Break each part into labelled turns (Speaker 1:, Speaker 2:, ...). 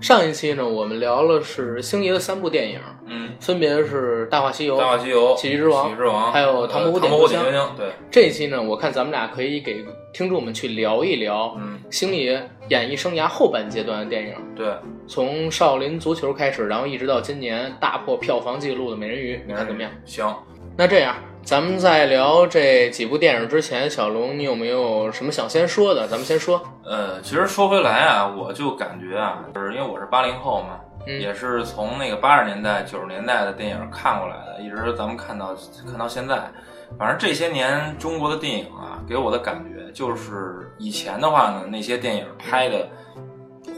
Speaker 1: 上一期呢，我们聊了是星爷的三部电影，
Speaker 2: 嗯，
Speaker 1: 分别是《大话西游
Speaker 2: 《大》。话西游》《
Speaker 1: 喜剧之王
Speaker 2: 喜剧之王》
Speaker 1: 还有
Speaker 2: 呃
Speaker 1: 唐伯虎
Speaker 2: 唐
Speaker 1: 点
Speaker 2: 伯虎
Speaker 1: 秋香
Speaker 2: 点秋香，对，
Speaker 1: 这一期呢，我看咱们俩可以给听众们去聊一聊
Speaker 2: 嗯，
Speaker 1: 星爷演艺生涯后半阶段的电影，
Speaker 2: 对，
Speaker 1: 从《少林足球》开始，然后一直到今年大破票房纪录的《美人鱼》，你
Speaker 2: 你
Speaker 1: 看怎么样？？
Speaker 2: 行，
Speaker 1: 那这样，咱们在聊这几部电影之前，小龙，你有没有什么想先说的？咱们先说。
Speaker 2: 呃，其实说回来啊，我就感觉啊，就是因为我是八零后嘛，
Speaker 1: 嗯
Speaker 2: 也是从那个八十年代、九十年代的电影看过来的，一直咱们看到看到现在。反正这些年中国的电影啊，给我的感觉就是以前的话呢，那些电影拍的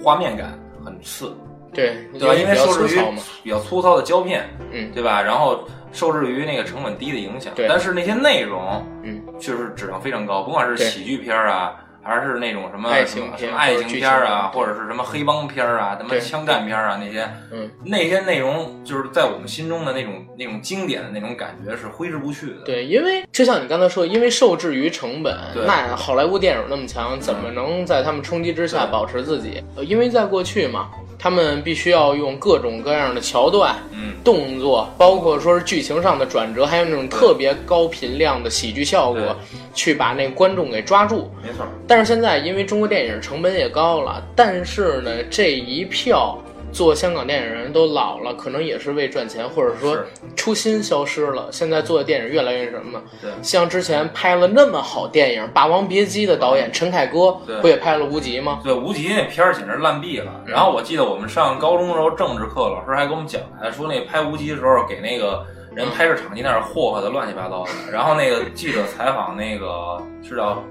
Speaker 2: 画面感很次，
Speaker 1: 对，
Speaker 2: 对吧？因为
Speaker 1: 比较
Speaker 2: 受
Speaker 1: 粗
Speaker 2: 制于
Speaker 1: 糙嘛。
Speaker 2: 比较粗糙的胶片，
Speaker 1: 嗯
Speaker 2: 对吧？然后受制于那个成本低的影响，
Speaker 1: 对
Speaker 2: 但是那些内容
Speaker 1: 嗯，
Speaker 2: 确实质量非常高，不管是
Speaker 1: 对
Speaker 2: 喜剧片儿啊，还是那种什么
Speaker 1: 爱
Speaker 2: 什
Speaker 1: 情
Speaker 2: 么
Speaker 1: 片
Speaker 2: 什么爱
Speaker 1: 或者
Speaker 2: 情
Speaker 1: 剧
Speaker 2: 片儿啊，
Speaker 1: 情嗯
Speaker 2: 或者是什么黑帮片儿啊，什么
Speaker 1: 对
Speaker 2: 枪战片儿啊那些，
Speaker 1: 嗯，
Speaker 2: 那些内容就是在我们心中的那种那种经典的那种感觉是挥之不去的。
Speaker 1: 对，因为就像你刚才说，因为受制于成本，
Speaker 2: 对嗯
Speaker 1: 那好莱坞电影那么强，怎么能在他们冲击之下
Speaker 2: 对
Speaker 1: 保持自己？呃因为在过去嘛，他们必须要用各种各样的桥段、
Speaker 2: 嗯，
Speaker 1: 动作，包括说是剧情上的转折，还有那种特别高频量的喜剧效
Speaker 2: 对
Speaker 1: 果，去把那观众给抓住。
Speaker 2: 没错儿，
Speaker 1: 但是现在因为中国电影成本也高了，但是呢，这一票做香港电影人都老了，可能也是为赚钱，或者说
Speaker 2: 是
Speaker 1: 初心消失了。现在做的电影越来越什么呢？
Speaker 2: 对
Speaker 1: 像之前拍了那么好电影《霸王别姬》的导演陈凯歌
Speaker 2: 对，
Speaker 1: 不也拍了《无极》吗？
Speaker 2: 对，无极那片儿简直烂毙了。然后我记得我们上高中的时候政治课，老师还给我们讲来，说那拍无极的时候给那个人拍摄场地那儿霍霍的乱七八糟的。然后那个记者采访那个是叫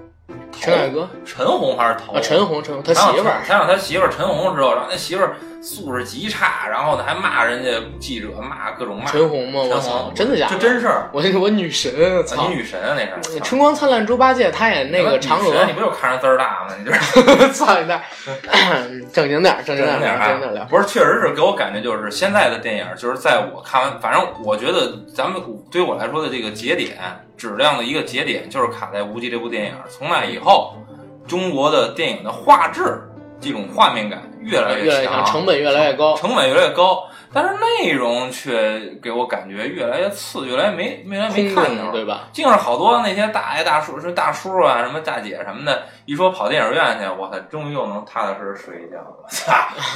Speaker 1: 陈凯歌
Speaker 2: 陈红还是陶
Speaker 1: 啊，陈红，陈红，他
Speaker 2: 他
Speaker 1: 媳妇儿，
Speaker 2: 采访他媳妇儿陈红之后，然后那媳妇儿素质极差，然后呢还骂人家记者，骂各种骂
Speaker 1: 陈红吗？我
Speaker 2: 陈
Speaker 1: 操
Speaker 2: 红，
Speaker 1: 真的假
Speaker 2: 这
Speaker 1: 的？
Speaker 2: 真事儿，
Speaker 1: 我 我女神，
Speaker 2: 啊
Speaker 1: 操
Speaker 2: 你！女神啊那是。
Speaker 1: 春光灿烂猪八戒，他演那个嫦
Speaker 2: 女
Speaker 1: 娥
Speaker 2: 神你，不就看着字儿大吗？你这。
Speaker 1: 操你大！正经点儿， 正经点儿，
Speaker 2: 点
Speaker 1: 正经点儿
Speaker 2: 啊！
Speaker 1: 聊。
Speaker 2: 不是，确实是给我感觉就是现在的电影，就是在我看完，反正我觉得咱们对于我来说的这个节点，质量的一个节点，就是卡在《无极》这部电影。从那以后，中国的电影的画质这种画面感越来
Speaker 1: 越来越
Speaker 2: 强，
Speaker 1: 强，成本越来越高。
Speaker 2: 成本越来越高，但是内容却给我感觉越来越次，越来越没越来越没
Speaker 1: 空
Speaker 2: 看头
Speaker 1: 洞，。对吧？
Speaker 2: 净是好多那些大爷大叔，是大叔啊，什么大姐什么的，一说跑电影院去，我操，终于又能踏踏实实睡一觉了， 操，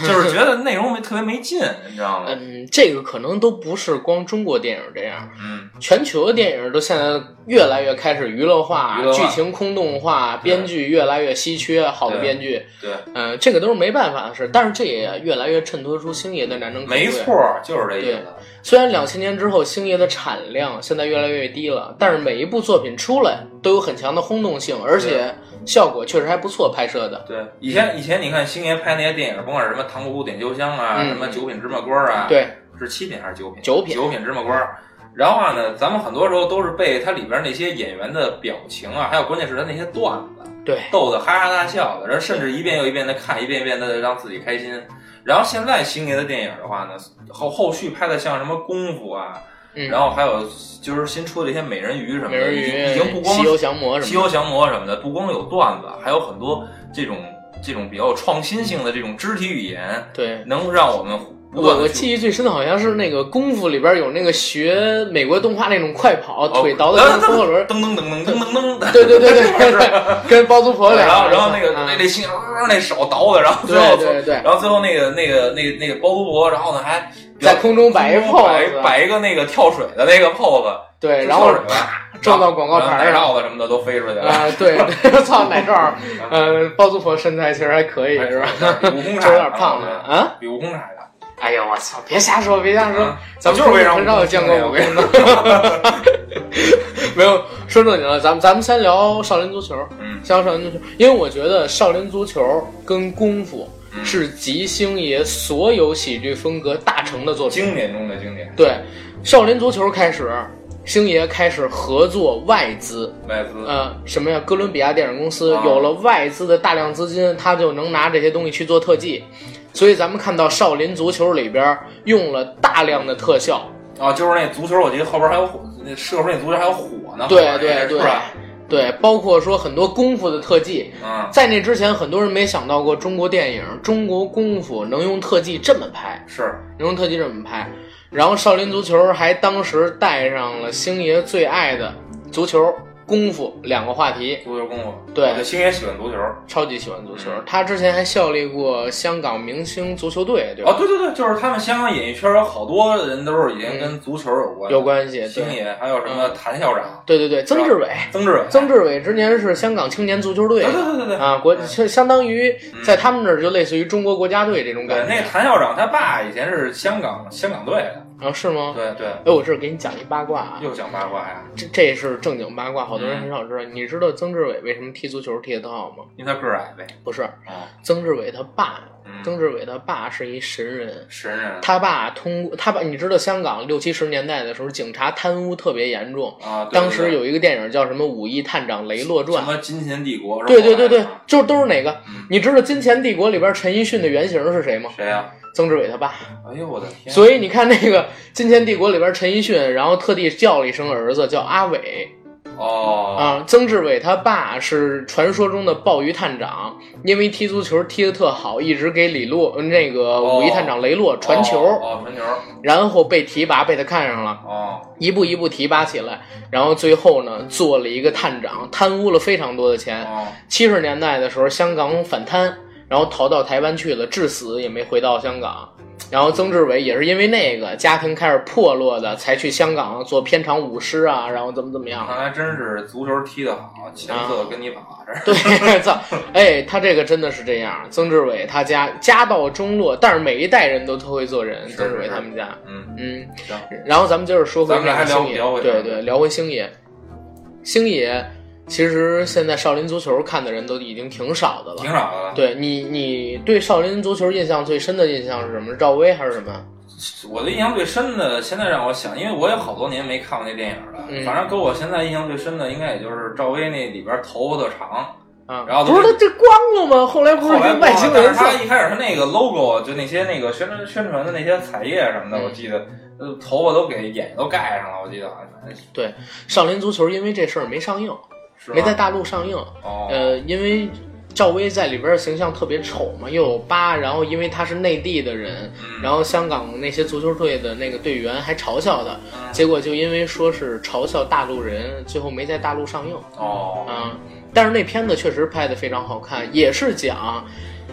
Speaker 2: 就是觉得内容没特别没劲，你知道吗？
Speaker 1: 嗯，这个可能都不是光中国电影这样，
Speaker 2: 嗯，
Speaker 1: 全球的电影都现在越来越开始娱乐化，
Speaker 2: 娱乐化
Speaker 1: 剧情空洞化，
Speaker 2: 对
Speaker 1: 编剧越来越稀缺，好的
Speaker 2: 对
Speaker 1: 编剧，
Speaker 2: 对，
Speaker 1: 嗯、这个都是没办法的事，但是这也越来越衬托出星爷的难能可贵。
Speaker 2: 没错，儿，就是这意思。
Speaker 1: 虽然两千年之后星爷的产量现在越来越低了，但是每一部作品出来都有很强的轰动性，而且效果确实还不错，拍摄的。
Speaker 2: 对，以前以前你看星爷拍那些电影，甭管是什么《唐伯虎点秋香》啊，
Speaker 1: 嗯
Speaker 2: 什么《九品芝麻官》啊，，
Speaker 1: 对，
Speaker 2: 是七品还是九品？
Speaker 1: 九品
Speaker 2: 九品芝麻官儿。然后呢，咱们很多时候都是被它里边那些演员的表情啊，还有关键是他那些段子，
Speaker 1: 对，
Speaker 2: 逗得哈哈大笑的，然后甚至一遍又一遍的看，一遍一遍的让自己开心。然后现在星爷的电影的话呢，后后续拍的像什么功夫啊，
Speaker 1: 嗯，
Speaker 2: 然后还有就是新出的这些美人鱼什么
Speaker 1: 美
Speaker 2: 的，
Speaker 1: 人
Speaker 2: 已
Speaker 1: 鱼、
Speaker 2: 经已经不光
Speaker 1: 西游降魔什么的，
Speaker 2: 西游降魔什么的，不光有段子，还有很多这种这种比较有创新性的这种肢体语言，
Speaker 1: 对，
Speaker 2: 能让我们不
Speaker 1: 我
Speaker 2: 断
Speaker 1: 我
Speaker 2: 的
Speaker 1: 记忆最深的好像是那
Speaker 2: 嗯
Speaker 1: 个功夫里边有那个学美国动画那种快跑，
Speaker 2: 哦
Speaker 1: 腿倒的跟风火轮，
Speaker 2: 噔噔噔噔噔噔噔，
Speaker 1: 对对对对对对，跟包租婆俩，
Speaker 2: 然后然后那个那
Speaker 1: 啊
Speaker 2: 那心那手倒的，然后最后
Speaker 1: 对对对，
Speaker 2: 然后最后那个那个那个那个包租婆，然后呢还
Speaker 1: 在空中摆一
Speaker 2: 空中摆
Speaker 1: pose
Speaker 2: 摆一个那个跳水的那个 pose，
Speaker 1: 对，然后
Speaker 2: 跳水吧
Speaker 1: 撞到广告牌
Speaker 2: 然
Speaker 1: 上
Speaker 2: 后奶酪子什么的都飞出去了，
Speaker 1: 啊，对， 操奶罩，呃，包租婆身材其实还可以是吧？
Speaker 2: 比 悟空
Speaker 1: 就
Speaker 2: 差
Speaker 1: 有点胖
Speaker 2: 哎
Speaker 1: 了啊！
Speaker 2: 比悟空差点。
Speaker 1: 哎呀，我操！别瞎说，别瞎说
Speaker 2: 啊，
Speaker 1: 咱们
Speaker 2: 就是为让
Speaker 1: 很少有见过
Speaker 2: 我
Speaker 1: 五个人 的。没有说正经的，咱们咱们先聊少林足球。
Speaker 2: 嗯，
Speaker 1: 像少林足球，因为我觉得少林足球跟功夫
Speaker 2: 嗯
Speaker 1: 是吉星爷所有喜剧风格大成的作品。
Speaker 2: 经典中的经典，
Speaker 1: 对，少林足球开始，星爷开始合作外资，
Speaker 2: 外资
Speaker 1: 呃，什么呀？哥伦比亚电影公司
Speaker 2: 啊
Speaker 1: 有了外资的大量资金，他就能拿这些东西去做特技。所以咱们看到少林足球里边用了大量的特效，
Speaker 2: 啊，就是那足球，我记得后边还有火，那射出那足球还有火呢，
Speaker 1: 对
Speaker 2: 好像
Speaker 1: 对
Speaker 2: 是
Speaker 1: 对
Speaker 2: 吧？
Speaker 1: 对，包括说很多功夫的特技，
Speaker 2: 嗯，
Speaker 1: 在那之前，很多人没想到过中国电影、中国功夫能用特技这么拍，
Speaker 2: 是
Speaker 1: 能用特技这么拍。然后少林足球还当时带上了星爷最爱的足球、功夫两个话题，
Speaker 2: 足球功夫。
Speaker 1: 对
Speaker 2: 我就星爷喜欢足球。
Speaker 1: 超级喜欢足球
Speaker 2: 嗯。
Speaker 1: 他之前还效力过香港明星足球队，对
Speaker 2: 哦，
Speaker 1: 吧？
Speaker 2: 对对对，就是他们香港演艺圈有好多人都是已经跟足球有关
Speaker 1: 嗯
Speaker 2: 的，
Speaker 1: 有关系，
Speaker 2: 星
Speaker 1: 对，
Speaker 2: 爷，还有什么谭校长、
Speaker 1: 对对对，曾志伟，
Speaker 2: 曾志伟、
Speaker 1: 曾志伟之前是香港青年足球队
Speaker 2: 对对对对对，
Speaker 1: 啊，国相相当于在他们那儿就类似于中国国家队这种
Speaker 2: 对
Speaker 1: 感觉
Speaker 2: 那个谭校长他爸以前是香港香港队的，
Speaker 1: 啊，是吗？
Speaker 2: 对对，
Speaker 1: 哎，我这儿给你讲一八卦啊，
Speaker 2: 又讲八卦呀，
Speaker 1: 这这是正经八卦，好
Speaker 2: 嗯
Speaker 1: 多人很少知道。你知道曾志伟为什么踢足球踢得特好吗？
Speaker 2: 因为他个儿矮呗，
Speaker 1: 不是，
Speaker 2: 哦，
Speaker 1: 曾志伟他爸，
Speaker 2: 嗯，
Speaker 1: 曾志伟他爸是一神人。
Speaker 2: 神人啊
Speaker 1: 他爸通过他爸，你知道香港六七十年代的时候，警察贪污特别严重。
Speaker 2: 啊，对
Speaker 1: 当时
Speaker 2: 对
Speaker 1: 有一个电影叫什么《武义探长雷洛
Speaker 2: 对什
Speaker 1: 传》，
Speaker 2: 么金钱帝国，
Speaker 1: 对对
Speaker 2: 是吧
Speaker 1: 对对，就是都是哪个
Speaker 2: 嗯？
Speaker 1: 你知道《金钱帝国》里边陈奕迅的原型是谁吗？
Speaker 2: 谁呀？
Speaker 1: 曾志伟他爸。
Speaker 2: 哎呦我的天，
Speaker 1: 所以你看那个《金钱帝国》里边陈奕迅，然后特地叫了一声儿子叫阿伟，
Speaker 2: 哦，
Speaker 1: 啊，曾志伟他爸是传说中的鲍鱼探长，因为踢足球踢得特好，一直给李洛呃那个
Speaker 2: 哦
Speaker 1: 武夷探长雷洛传球，
Speaker 2: 哦，哦传球，
Speaker 1: 然后被提拔，被他看上了，
Speaker 2: 哦，
Speaker 1: 一步一步提拔起来，然后最后呢做了一个探长，贪污了非常多的钱。
Speaker 2: 哦，
Speaker 1: 七十年代的时候，香港反贪，然后逃到台湾去了，至死也没回到香港。然后曾志伟也是因为那个家庭开始破落的，才去香港做片场舞狮啊，然后怎么怎么样。
Speaker 2: 看来真是足球踢得好，前侧跟你跑，这 是
Speaker 1: 对，操，哎，他这个真的是这样。曾志伟他家家道中落，但是每一代人都特会做人。
Speaker 2: 是
Speaker 1: 曾志伟
Speaker 2: 是
Speaker 1: 他们家，
Speaker 2: 嗯，
Speaker 1: 嗯，
Speaker 2: 行，
Speaker 1: 然后咱们接着说回
Speaker 2: 咱们
Speaker 1: 那个
Speaker 2: 还聊
Speaker 1: 星爷，
Speaker 2: 聊回
Speaker 1: 对
Speaker 2: 他
Speaker 1: 对，聊回星爷。星爷其实现在少林足球看的人都已经挺少的
Speaker 2: 挺
Speaker 1: 了。
Speaker 2: 少的了。
Speaker 1: 对你，你对少林足球印象最深的印象是什么？赵薇还是什么？
Speaker 2: 我的印象最深的，现在让我想，因为我也好多年没看过那电影了。
Speaker 1: 嗯
Speaker 2: 反正给我现在印象最深的，应该也就是赵薇那里边头发特长，
Speaker 1: 啊，
Speaker 2: 然后
Speaker 1: 不是他这光了吗？后来不
Speaker 2: 后
Speaker 1: 是
Speaker 2: 来
Speaker 1: 跟外星
Speaker 2: 但
Speaker 1: 人
Speaker 2: 是她
Speaker 1: 上
Speaker 2: 一开始她那个 logo 就那些那个宣传宣传的那些彩页什么的，
Speaker 1: 嗯
Speaker 2: 我记得，呃，头发都给眼睛都盖上了，我记得好像是
Speaker 1: 少林足球，因为这事儿没上映，
Speaker 2: 是吧
Speaker 1: 没在大陆上映。
Speaker 2: 哦，
Speaker 1: 呃，因为赵薇在里边的形象特别丑嘛，又有疤，然后因为她是内地的人，
Speaker 2: 嗯
Speaker 1: 然后香港那些足球队的那个队员还嘲笑她，
Speaker 2: 嗯
Speaker 1: 结果就因为说是嘲笑大陆人，最后没在大陆上映。
Speaker 2: 哦，
Speaker 1: 嗯，但是那片子确实拍的非常好看，也是讲。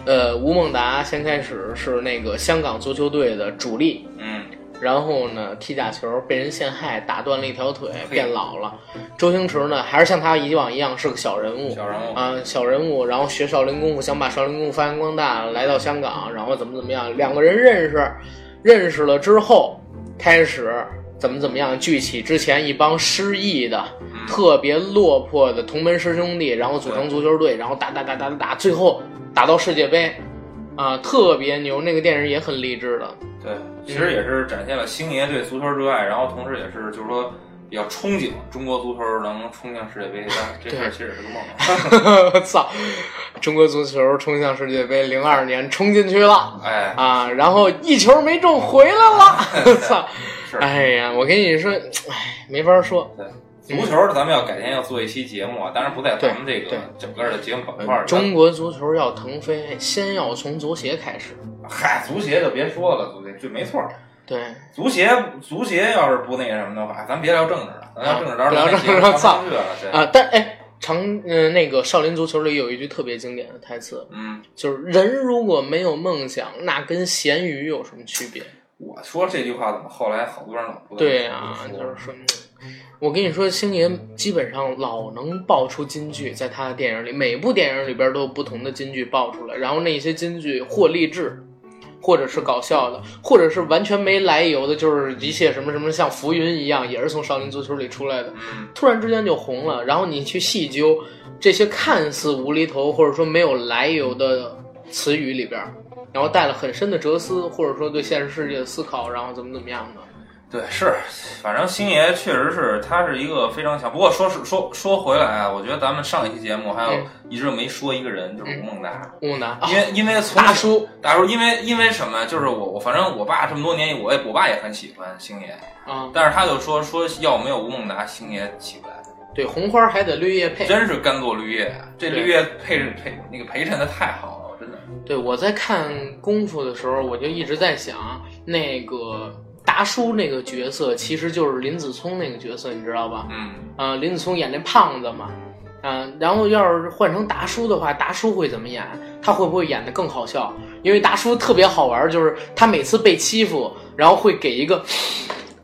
Speaker 1: 呃，吴孟达先开始是那个香港足球队的主力，
Speaker 2: 嗯，
Speaker 1: 然后呢踢假球被人陷害，打断了一条腿，
Speaker 2: 嘿
Speaker 1: 变老了。周星驰呢还是像他以往一样是个小人物，
Speaker 2: 小人物，
Speaker 1: 啊，小人物，然后学少林功夫，想把少林功夫发扬光大，来到香港，然后怎么怎么样，两个人认识，认识了之后，开始怎么怎么样，聚起之前一帮失意的、
Speaker 2: 嗯
Speaker 1: 特别落魄的同门师兄弟，然后组成足球队，然后打打打打打打，最后打到世界杯，啊，特别牛，那个电影也很励志的，
Speaker 2: 对，其实也是展现了星爷对足球热爱，然后同时也是就是说。比较憧憬中国足球能冲向世界杯，但这事儿其实也是个梦。啊
Speaker 1: 操，中国足球冲向世界杯，零二年冲进去了。
Speaker 2: 哎，
Speaker 1: 啊，然后一球没中，回来 了，操！
Speaker 2: 是
Speaker 1: 哎呀，我跟你说，哎，没法说。
Speaker 2: 足球，咱们要改天要做一期节目啊，当然不在咱们这
Speaker 1: 对
Speaker 2: 个
Speaker 1: 对
Speaker 2: 整个的节目板块儿。
Speaker 1: 中国足球要腾飞，哎先要从足协开始。
Speaker 2: 嗨，足协就别说了，足协就没错儿。
Speaker 1: 对，
Speaker 2: 足协，足协要是不那什么的话，咱别聊政治了，咱聊政治到时候
Speaker 1: 啊聊
Speaker 2: 那节目
Speaker 1: 政治
Speaker 2: 聊不下去了。对，
Speaker 1: 啊，但哎，长呃那个少林足球里有一句特别经典的台词，
Speaker 2: 嗯，
Speaker 1: 就是人如果没有梦想，那跟咸鱼有什么区别？
Speaker 2: 我说这句话怎么后来好多人老不
Speaker 1: 对啊，，
Speaker 2: 啊
Speaker 1: 就是说。我跟你说，星爷基本上老能爆出金句，在他的电影里，每部电影里边都有不同的金句爆出来，然后那些金句或励志，或者是搞笑的，或者是完全没来由的，就是一切什么什么像浮云一样，也是从少林足球里出来的，
Speaker 2: 嗯，
Speaker 1: 突然之间就红了。然后你去细究这些看似无厘头或者说没有来由的词语里边，然后带了很深的哲思，或者说对现实世界的思考，然后怎么怎么样的。
Speaker 2: 对，是，反正星爷确实是，他是一个非常强。不过说是说说回来啊，我觉得咱们上一期节目还有
Speaker 1: 嗯
Speaker 2: 一直没说一个人，就是吴孟达，
Speaker 1: 木南嗯啊
Speaker 2: 因为因为从
Speaker 1: 大叔
Speaker 2: 大叔，因为因为什么？就是我我反正我爸这么多年，我也我爸也很喜欢星爷，
Speaker 1: 啊，
Speaker 2: 但是他就说说要没有吴孟达，星爷起不来，
Speaker 1: 对，红花还得绿叶配。
Speaker 2: 真是甘做绿叶，这
Speaker 1: 对哦
Speaker 2: 绿叶配着配那个陪衬的太好了，真的。
Speaker 1: 对我在看功夫的时候，我就一直在想，那个达叔那个角色其实就是林子聪那个角色，你知道吧？
Speaker 2: 嗯，
Speaker 1: 啊、林子聪演那胖子嘛，啊、然后要是换成达叔的话，达叔会怎么演？他会不会演得更好笑？因为达叔特别好玩，就是他每次被欺负，然后会给一个，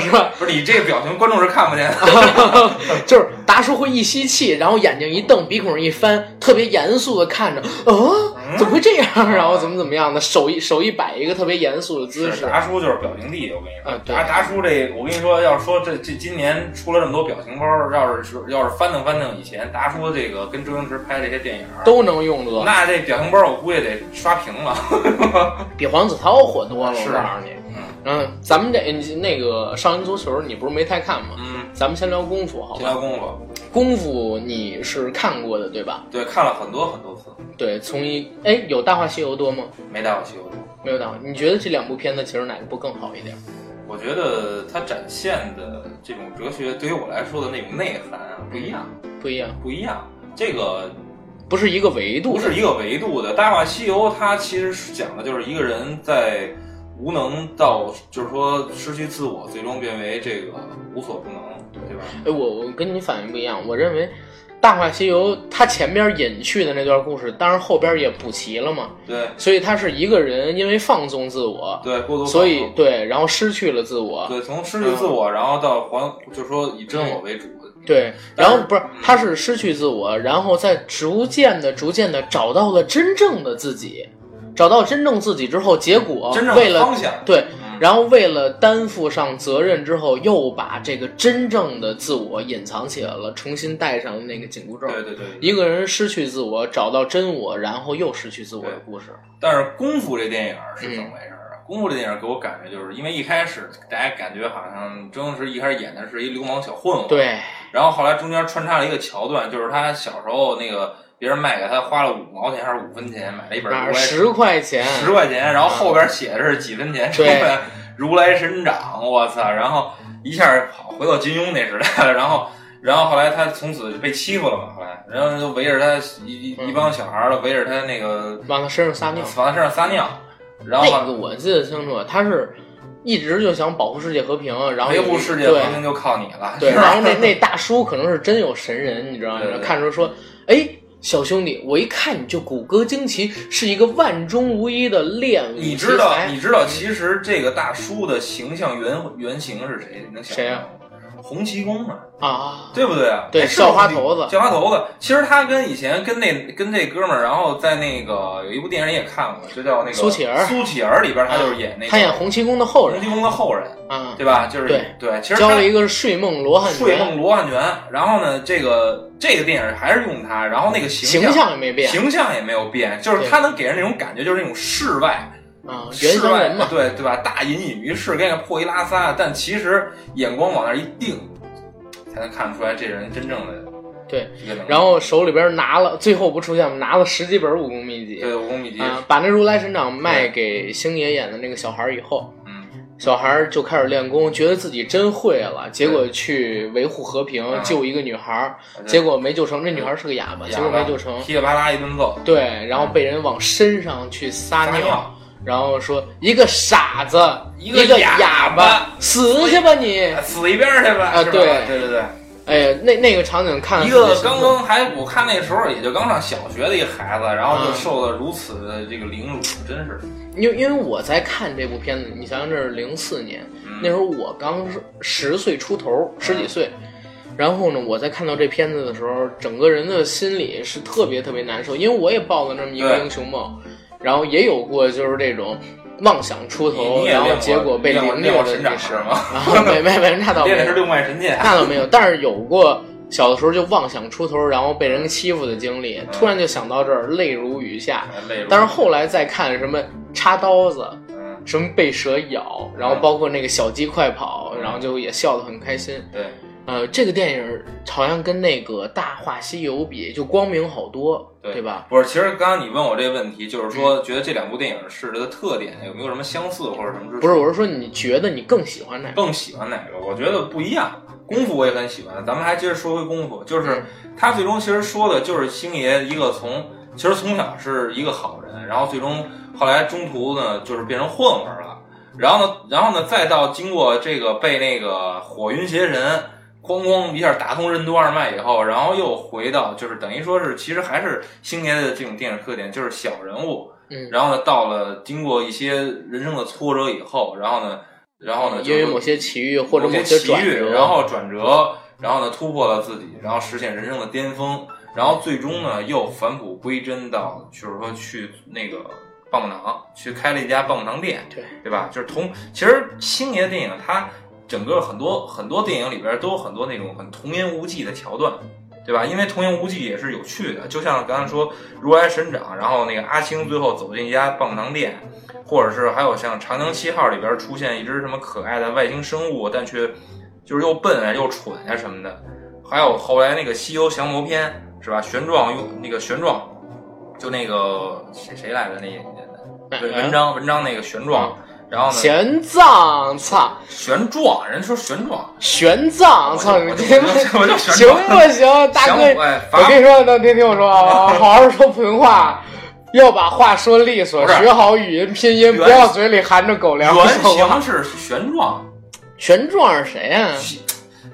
Speaker 1: 是吧？
Speaker 2: 不是你这个表情，观众是看不见的。
Speaker 1: 就是达叔会一吸气，然后眼睛一瞪，鼻孔一翻，特别严肃的看着，啊，
Speaker 2: 嗯
Speaker 1: 怎么会这样？然后怎么怎么样的，手一手一摆一个特别严肃的姿
Speaker 2: 是
Speaker 1: 势。
Speaker 2: 达叔就是表情帝，我跟你说，
Speaker 1: 啊对
Speaker 2: 达达叔这，我跟你说，要是说这这今年出了这么多表情包，要是说要是翻腾翻腾以前达叔这个跟周星驰拍这些电影，
Speaker 1: 都能用得，
Speaker 2: 那这表情包我估计得刷屏了。
Speaker 1: 比黄子韬火多了。
Speaker 2: 是啊
Speaker 1: 我告诉你，嗯，咱们这你那个少林足球，你不是没太看吗？
Speaker 2: 嗯，
Speaker 1: 咱们先聊功夫，好
Speaker 2: 闲
Speaker 1: 吧？
Speaker 2: 聊功夫，
Speaker 1: 功夫你是看过的对吧？
Speaker 2: 对，看了很多很多次，
Speaker 1: 对，从一哎有《大话西游》多吗？
Speaker 2: 没带我去过。
Speaker 1: 没有《大话》，你觉得这两部片子其实哪个部更好一点？
Speaker 2: 我觉得它展现的这种哲学，对于我来说的那种内涵啊不一样，
Speaker 1: 不一样，
Speaker 2: 不一样。这个
Speaker 1: 不是一个维度
Speaker 2: 不
Speaker 1: 的。
Speaker 2: 是一个维度的。《大话西游》它其实是讲的就是一个人在无能到，就是说失去自我，最终变为这个无所不能，对吧？
Speaker 1: 哎，我我跟你反应不一样，我认为《大话西游》它前边隐去的那段故事，当然后边也补齐了嘛，
Speaker 2: 对
Speaker 1: 所以他是一个人因为放纵自我，
Speaker 2: 对，过度
Speaker 1: 所
Speaker 2: 放
Speaker 1: 以
Speaker 2: 纵
Speaker 1: 对，然后失去了自我，
Speaker 2: 对从失去自我，然后到还，就是说以真我为主。
Speaker 1: 对，
Speaker 2: 但
Speaker 1: 然
Speaker 2: 是
Speaker 1: 后不是他是失去自我，然后再逐渐的、逐渐的找到了真正的自己，找到真正自己之后，结果
Speaker 2: 真正
Speaker 1: 为
Speaker 2: 的方
Speaker 1: 了
Speaker 2: 向，
Speaker 1: 对
Speaker 2: 嗯，
Speaker 1: 然后为了担负上责任之后，又把这个真正的自我隐藏起来了，重新戴上了那个紧箍咒。
Speaker 2: 对对对。
Speaker 1: 一个人失去自我，找到真我，然后又失去自我的故事。
Speaker 2: 但是《功夫》这电影儿是怎么回事
Speaker 1: 嗯
Speaker 2: 儿啊？功夫》这电影儿给我感觉就是因为一开始大家感觉好像周星驰一开始演的是一流氓小混混，
Speaker 1: 对，
Speaker 2: 然后后来中间穿插了一个桥段，就是他小时候那个别人卖给他花了五毛钱还是五分钱买了一本
Speaker 1: 哪
Speaker 2: 如
Speaker 1: 儿
Speaker 2: 来
Speaker 1: 啊十块钱？嗯
Speaker 2: 十块钱，然后后边写的是几分钱成
Speaker 1: 对
Speaker 2: 本如来神掌，我操！然后一下跑回到金庸那时代了，然后。然后后来他从此就被欺负了嘛，后来，然后就围着他一一一帮小孩儿了，围着他那个
Speaker 1: 往他身上嗯撒尿。
Speaker 2: 往他身上撒尿，嗯然后
Speaker 1: 那个我记得清楚，他是一直就想保护世界和平，然后
Speaker 2: 维
Speaker 1: 有
Speaker 2: 护世界
Speaker 1: 对
Speaker 2: 和平就靠你了，
Speaker 1: 对，
Speaker 2: 是吧
Speaker 1: 然后那那大叔可能是真有神人，你知道吗
Speaker 2: 对对？对
Speaker 1: 看着说，哎，小兄弟，我一看你就骨骼惊奇，是一个万中无一的练武
Speaker 2: 你
Speaker 1: 奇
Speaker 2: 知道，
Speaker 1: 才。
Speaker 2: 你知道，其实这个大叔的形象原原型是谁？你能想
Speaker 1: 谁
Speaker 2: 象
Speaker 1: 啊
Speaker 2: 吗？洪七公嘛，
Speaker 1: 啊，
Speaker 2: 对不对啊？
Speaker 1: 对
Speaker 2: 哎是不是
Speaker 1: 叫花头子
Speaker 2: 叫花头子。其实他跟以前跟那跟这哥们儿，然后在那个有一部电影也看过，就叫那个
Speaker 1: 苏乞儿
Speaker 2: 苏乞儿里边他就是演那个
Speaker 1: 他演洪七公的后
Speaker 2: 洪
Speaker 1: 人
Speaker 2: 七公的后人，
Speaker 1: 啊，
Speaker 2: 对吧？就是
Speaker 1: 对
Speaker 2: 其实
Speaker 1: 教
Speaker 2: 他
Speaker 1: 了一个睡梦罗汉
Speaker 2: 睡
Speaker 1: 拳，
Speaker 2: 梦罗汉拳，然后呢，这个这个电影还是用他，然后那个形
Speaker 1: 形
Speaker 2: 象
Speaker 1: 象也没变
Speaker 2: 形象也没有变，就是
Speaker 1: 对
Speaker 2: 他能给人那种感觉，就是那种世外
Speaker 1: 啊，原乡人嘛，
Speaker 2: 对对吧？大隐隐于市，跟个破衣拉撒，但其实眼光往那儿一定，才能看出来这人真正的
Speaker 1: 对。
Speaker 2: 一个能力。
Speaker 1: 然后手里边拿了，最后不出现吗？拿了十几本武功秘籍，
Speaker 2: 对武功秘籍，
Speaker 1: 啊，把那如来神掌卖给星爷演的那个小孩儿以后，
Speaker 2: 嗯，
Speaker 1: 小孩儿就开始练功，觉得自己真会了，结果去维护和平
Speaker 2: 嗯，
Speaker 1: 救一个女孩儿，
Speaker 2: 对
Speaker 1: 结果没救成。那女孩儿是个哑巴，
Speaker 2: 哑巴
Speaker 1: 结果没救成。
Speaker 2: 噼里啪啦一顿揍，
Speaker 1: 对，然后被人往身上去撒
Speaker 2: 撒
Speaker 1: 尿，
Speaker 2: 尿，
Speaker 1: 然后说一个傻子，
Speaker 2: 一
Speaker 1: 一
Speaker 2: 个
Speaker 1: 哑
Speaker 2: 哑
Speaker 1: 巴，死去吧你！
Speaker 2: 死一边儿去吧。
Speaker 1: 啊
Speaker 2: 是吧
Speaker 1: 对
Speaker 2: 对对对，
Speaker 1: 哎呀，那那个场景看了
Speaker 2: 一
Speaker 1: 特
Speaker 2: 个
Speaker 1: 别
Speaker 2: 刚
Speaker 1: 心痛
Speaker 2: 刚还我看那时候也就刚上小学的一个孩子，然后就
Speaker 1: 嗯
Speaker 2: 受了如此的这个凌辱，真是。
Speaker 1: 因为因为我在看这部片子，你想想这是零四年，
Speaker 2: 嗯
Speaker 1: 那时候我刚是十岁出头，十几岁。然后呢，我在看到这片子的时候，整个人的心里是特别特别难受，因为我也抱了那么一个
Speaker 2: 对
Speaker 1: 英雄梦，然后也有过就是这种妄想出
Speaker 2: 你
Speaker 1: 头，
Speaker 2: 你也
Speaker 1: 然后
Speaker 2: 练过
Speaker 1: 结果被
Speaker 2: 练过
Speaker 1: 凌
Speaker 2: 练
Speaker 1: 虐
Speaker 2: 过
Speaker 1: 的
Speaker 2: 神
Speaker 1: 那
Speaker 2: 掌
Speaker 1: 事
Speaker 2: 是 吗
Speaker 1: 然后没没没，那倒没
Speaker 2: 练的是
Speaker 1: 有，
Speaker 2: 六脉 神剑，
Speaker 1: 那倒没有。但是有过小的时候就妄想出头，然后被人欺负的经
Speaker 2: 嗯
Speaker 1: 历，突然就想到这儿，泪如雨下。
Speaker 2: 累。
Speaker 1: 但是后来再看什么插刀子，
Speaker 2: 嗯，
Speaker 1: 什么被蛇咬，然后
Speaker 2: 嗯
Speaker 1: 包括那个小鸡快跑，
Speaker 2: 嗯
Speaker 1: 然后就也笑得很开心。
Speaker 2: 对，
Speaker 1: 呃，这个电影好像跟那个《大话西游》比，就光明好多，
Speaker 2: 对
Speaker 1: 对吧？
Speaker 2: 不是，其实刚刚你问我这个问题，就是说觉得这两部电影是它的特点有没有什么相似或者什么之处？
Speaker 1: 不是，我是说你觉得你更喜欢哪个？
Speaker 2: 更喜欢哪个？我觉得不一样。功夫我也很喜欢，咱们还接着说回功夫，就是
Speaker 1: 嗯
Speaker 2: 他最终其实说的就是星爷一个从其实从小是一个好人，然后最终后来中途呢就是变成混混了，然后呢，然后呢再到经过这个被那个火云邪神咣咣一下打通任督二脉以后，然后又回到就是等于说是其实还是星爷的这种电影特点就是小人物，
Speaker 1: 嗯，
Speaker 2: 然后呢到了经过一些人生的挫折以后，然后呢。然后呢，
Speaker 1: 因为
Speaker 2: 就是
Speaker 1: 某些奇遇或者
Speaker 2: 某
Speaker 1: 某
Speaker 2: 些奇
Speaker 1: 转
Speaker 2: 遇，
Speaker 1: 折，
Speaker 2: 然后转折，然后呢突破了自己，然后实现人生的巅峰，然后最终呢又返璞归真到，就是说去那个棒棒糖去开了一家棒棒糖店，
Speaker 1: 对
Speaker 2: 对吧？就是同其实星爷的电影它整个很多很多电影里边都有很多那种很童言无忌的桥段。对吧？因为童言无忌也是有趣的，就像刚才说如来神掌，然后那个阿青最后走进一家棒棒糖店，或者是还有像《长江七号》里边出现一只什么可爱的外星生物，但却就是又笨啊又蠢啊什么的，还有后来那个《西游降魔篇》是吧？玄奘用那个玄奘，就那个谁谁来的那演
Speaker 1: 哪
Speaker 2: 的
Speaker 1: 个呀
Speaker 2: 文章文章那个玄
Speaker 1: 嗯
Speaker 2: 奘，然后
Speaker 1: 哎
Speaker 2: 呢
Speaker 1: 玄奘，操，
Speaker 2: 玄奘，人家说玄奘，
Speaker 1: 玄奘，操，
Speaker 2: 我
Speaker 1: 你
Speaker 2: 就
Speaker 1: 这
Speaker 2: 我就我就玄
Speaker 1: 行
Speaker 2: 奘，
Speaker 1: 不行，大哥
Speaker 2: 降？魔哎，
Speaker 1: 我
Speaker 2: 法
Speaker 1: 跟你说，能听听我说 啊，好好说普通话，要把话说利索，
Speaker 2: 不是
Speaker 1: 学好语音拼音，
Speaker 2: 原
Speaker 1: 不要嘴里含着狗粮。
Speaker 2: 原
Speaker 1: 好吧
Speaker 2: 型是玄奘。
Speaker 1: 玄奘是谁啊呀？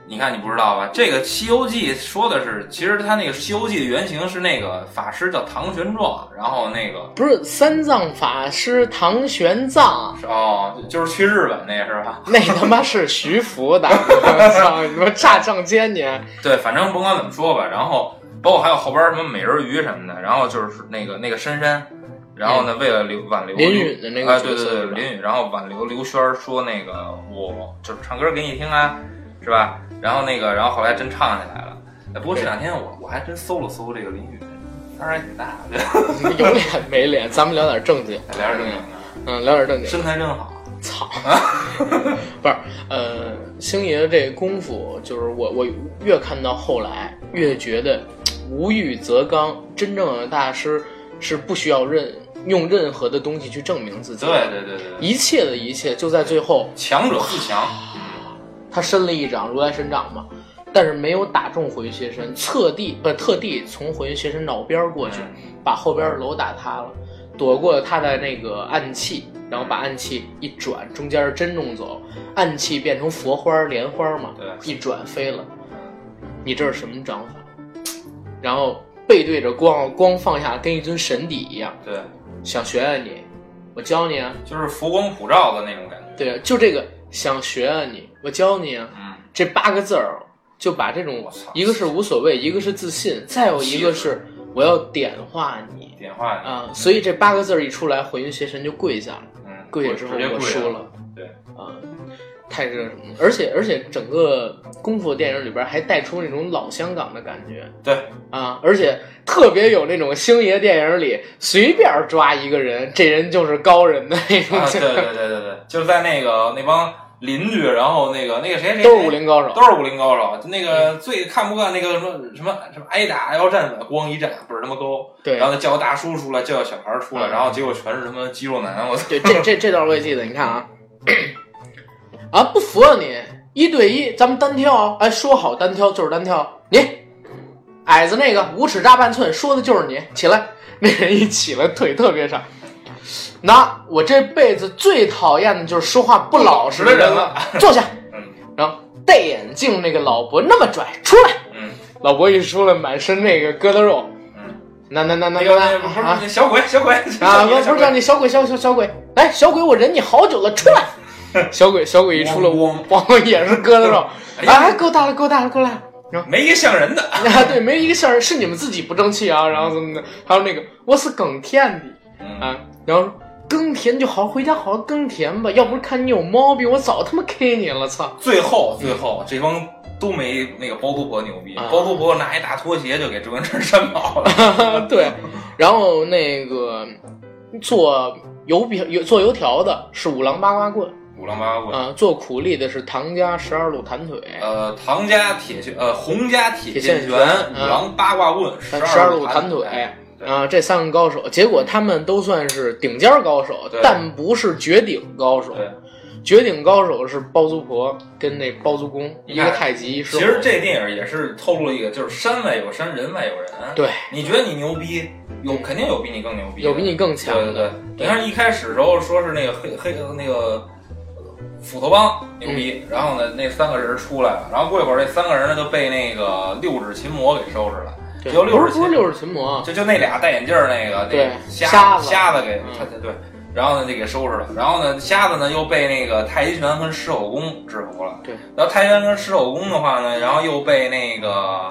Speaker 2: 你看，你不知道吧？这个《西游记》说的是，其实他那个《西游记》的原型是那个法师叫唐玄奘，然后那个
Speaker 1: 不是三藏法师唐玄奘，
Speaker 2: 是哦，就是去日本那个是吧？
Speaker 1: 那他妈是徐福的， 我操，你妈炸上千年。
Speaker 2: 对，反正甭管怎么说吧，然后包括还有后边什么美人鱼什么的，然后就是那个那个珊珊，然后呢，为了留挽留
Speaker 1: 林允嗯的那个
Speaker 2: 哎，
Speaker 1: 角
Speaker 2: 对
Speaker 1: 色
Speaker 2: 对对
Speaker 1: 是，吧
Speaker 2: 林允，然后挽留刘轩儿说那个我就是唱歌给你听啊，是吧？然后那个，然后后来真唱起来了。哎不过这两天我我还真搜了搜这个林允，当然挺大的，
Speaker 1: 有脸没脸？咱们聊点正经，
Speaker 2: 聊点正经的。
Speaker 1: 嗯，聊点正经。
Speaker 2: 身材真好。
Speaker 1: 操！不是，呃，星爷这功夫，就是我我越看到后来，越觉得嗯无欲则刚，真正的大师是不需要任用任何的东西去证明自己，
Speaker 2: 对对对对对，
Speaker 1: 一切的一切就在最后，
Speaker 2: 强者自强。
Speaker 1: 他伸了一掌如来神掌嘛，但是没有打中回邪神，侧地不特地从回邪神脑边儿过去，
Speaker 2: 嗯
Speaker 1: 把后边的楼打塌了，躲过他的那个暗器，然后把暗器一转，中间真弄走，暗器变成佛花儿莲花儿嘛，
Speaker 2: 嗯对
Speaker 1: 一转飞了。你这是什么掌法？然后背对着光，光放下，跟一尊神邸一样。
Speaker 2: 对，
Speaker 1: 想学学你，我教你啊。
Speaker 2: 就是佛光普照的那种感觉。
Speaker 1: 对啊，就这个想学学你，我教你啊。
Speaker 2: 嗯，
Speaker 1: 这八个字儿就把这种
Speaker 2: 我操嗯
Speaker 1: 一个是无所谓，一个是自信，再有一个是我要点化你。
Speaker 2: 点化你。
Speaker 1: 啊，所以这八个字儿一出来，火云邪神就跪下了，
Speaker 2: 嗯，
Speaker 1: 跪下之后
Speaker 2: 直接
Speaker 1: 我
Speaker 2: 跪
Speaker 1: 输了。
Speaker 2: 对
Speaker 1: 啊，太这个什么了，而且而且整个功夫电影里边还带出那种老香港的感觉
Speaker 2: 对，
Speaker 1: 啊，而且特别有那种星爷电影里随便抓一个人，这人就是高人的那种，
Speaker 2: 啊，对对对对对，就是在那个那帮邻居，然后那个那个谁谁
Speaker 1: 都是武。林高手。
Speaker 2: 都是武林高手，就那个最看不惯那个什么什么什么挨打要站稳，咣一站倍儿他妈高，
Speaker 1: 对
Speaker 2: 然，后叫个大叔出来，叫个小孩儿出来，
Speaker 1: 嗯
Speaker 2: 然后结果全是他妈肌肉男，我操！
Speaker 1: 对，这这这段我也记得，你看啊，啊不服啊你，一对一咱们单挑啊，哎说好单挑就是单挑，你矮子那个五尺扎半寸说的就是你，起来，那人一起来腿特别长。那我这辈子最讨厌的就是说话不老实的人了，坐下。
Speaker 2: 嗯
Speaker 1: 然后戴眼镜那个老伯那么拽，出来。
Speaker 2: 嗯
Speaker 1: 老伯一出来，满身那个疙瘩肉，
Speaker 2: 嗯，
Speaker 1: 那那那那那
Speaker 2: 那个那不是
Speaker 1: 啊
Speaker 2: 那小鬼小鬼
Speaker 1: 啊，
Speaker 2: 小
Speaker 1: 不
Speaker 2: 鬼
Speaker 1: 是不是叫你小鬼小小小鬼，来小鬼，我忍你好久了，出来！ 嗯小鬼小鬼一出来，
Speaker 2: 咣
Speaker 1: 咣也是疙瘩肉，
Speaker 2: 哎呀
Speaker 1: 啊，够大了够大了过来！
Speaker 2: 没一个像人的。
Speaker 1: 啊，对，没一个事儿是你们自己不争气啊，然后怎么的？还有那个我是耕田的
Speaker 2: 嗯，
Speaker 1: 啊，然后耕田就好好回家好好耕田吧，要不是看你有毛病，我早他妈 K 你了，操！
Speaker 2: 最后最后这帮都没那个包租婆牛逼，
Speaker 1: 啊
Speaker 2: 包租婆拿一大拖鞋就给周
Speaker 1: 啊
Speaker 2: 星驰扇跑了。
Speaker 1: 对，然后那个做油饼油做油条的是 五郎八卦棍
Speaker 2: 五郎八卦棍。
Speaker 1: 啊，做苦力的是唐家十二路弹腿，
Speaker 2: 呃，唐家铁拳，呃，洪家铁
Speaker 1: 铁线
Speaker 2: 拳，
Speaker 1: 拳嗯
Speaker 2: 五郎八卦棍，
Speaker 1: 十
Speaker 2: 二哎
Speaker 1: 二路弹腿
Speaker 2: 腿。对
Speaker 1: 啊，这三个高手，结果他们都算是顶尖高手
Speaker 2: 对，
Speaker 1: 但不是绝顶高手。
Speaker 2: 对，
Speaker 1: 绝顶高手是包租婆跟那包租公，
Speaker 2: 你
Speaker 1: 一
Speaker 2: 看
Speaker 1: 个太极，一个
Speaker 2: 其
Speaker 1: 狮
Speaker 2: 实
Speaker 1: 吼
Speaker 2: 这电影也是透露了一个，就是山外有山，人外有人。
Speaker 1: 对
Speaker 2: 你觉得你牛逼，有肯定有比你更牛逼的，
Speaker 1: 有比你更强
Speaker 2: 对对对
Speaker 1: 的，，
Speaker 2: 你看一开始的时候说是那个黑黑那个斧头帮牛逼，
Speaker 1: 嗯
Speaker 2: 然后呢那三个人出来了，然后过一会儿这三个人呢就被那个六指琴魔给收拾了，
Speaker 1: 对
Speaker 2: 只有六
Speaker 1: 不
Speaker 2: 指
Speaker 1: 是
Speaker 2: 琴
Speaker 1: 不是六指琴魔，啊
Speaker 2: 就就那俩戴眼镜儿那个
Speaker 1: 对
Speaker 2: 那瞎
Speaker 1: 瞎
Speaker 2: 子
Speaker 1: 子
Speaker 2: 瞎子给
Speaker 1: 嗯
Speaker 2: 他对，然后呢就给收拾了，然后呢瞎子呢又被那个太极拳跟狮吼功制服了，
Speaker 1: 对，
Speaker 2: 然后太极拳跟狮吼功的话呢，然后又被那个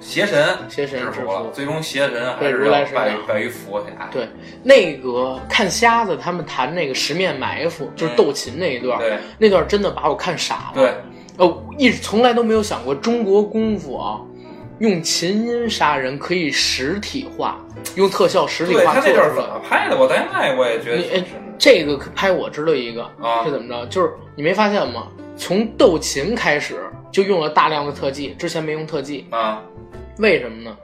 Speaker 2: 邪神
Speaker 1: 邪神
Speaker 2: 制
Speaker 1: 制
Speaker 2: 服了，
Speaker 1: 服。
Speaker 2: 最终邪神还
Speaker 1: 被
Speaker 2: 是
Speaker 1: 如
Speaker 2: 要
Speaker 1: 来神啊
Speaker 2: 败于
Speaker 1: 掌
Speaker 2: 败于佛侠，
Speaker 1: 对那个看瞎子他们谈那个十面埋伏，就是斗琴那一段，
Speaker 2: 嗯对
Speaker 1: 那段真的把我看傻了。
Speaker 2: 对。
Speaker 1: 哦，一直从来都没有想过中国功夫啊，用琴音杀人可以实体化，用特效实体
Speaker 2: 对
Speaker 1: 化
Speaker 2: 他
Speaker 1: 做
Speaker 2: 这
Speaker 1: 出
Speaker 2: 段儿怎
Speaker 1: 来。
Speaker 2: 么拍的？我在外我也觉得
Speaker 1: 你
Speaker 2: 挺
Speaker 1: 哎
Speaker 2: 神的。
Speaker 1: 这个拍我知道一个
Speaker 2: 啊
Speaker 1: 是怎么着？就是你没发现吗？从斗琴开始就用了大量的特技，之前没用特技，
Speaker 2: 啊，
Speaker 1: 为什么呢？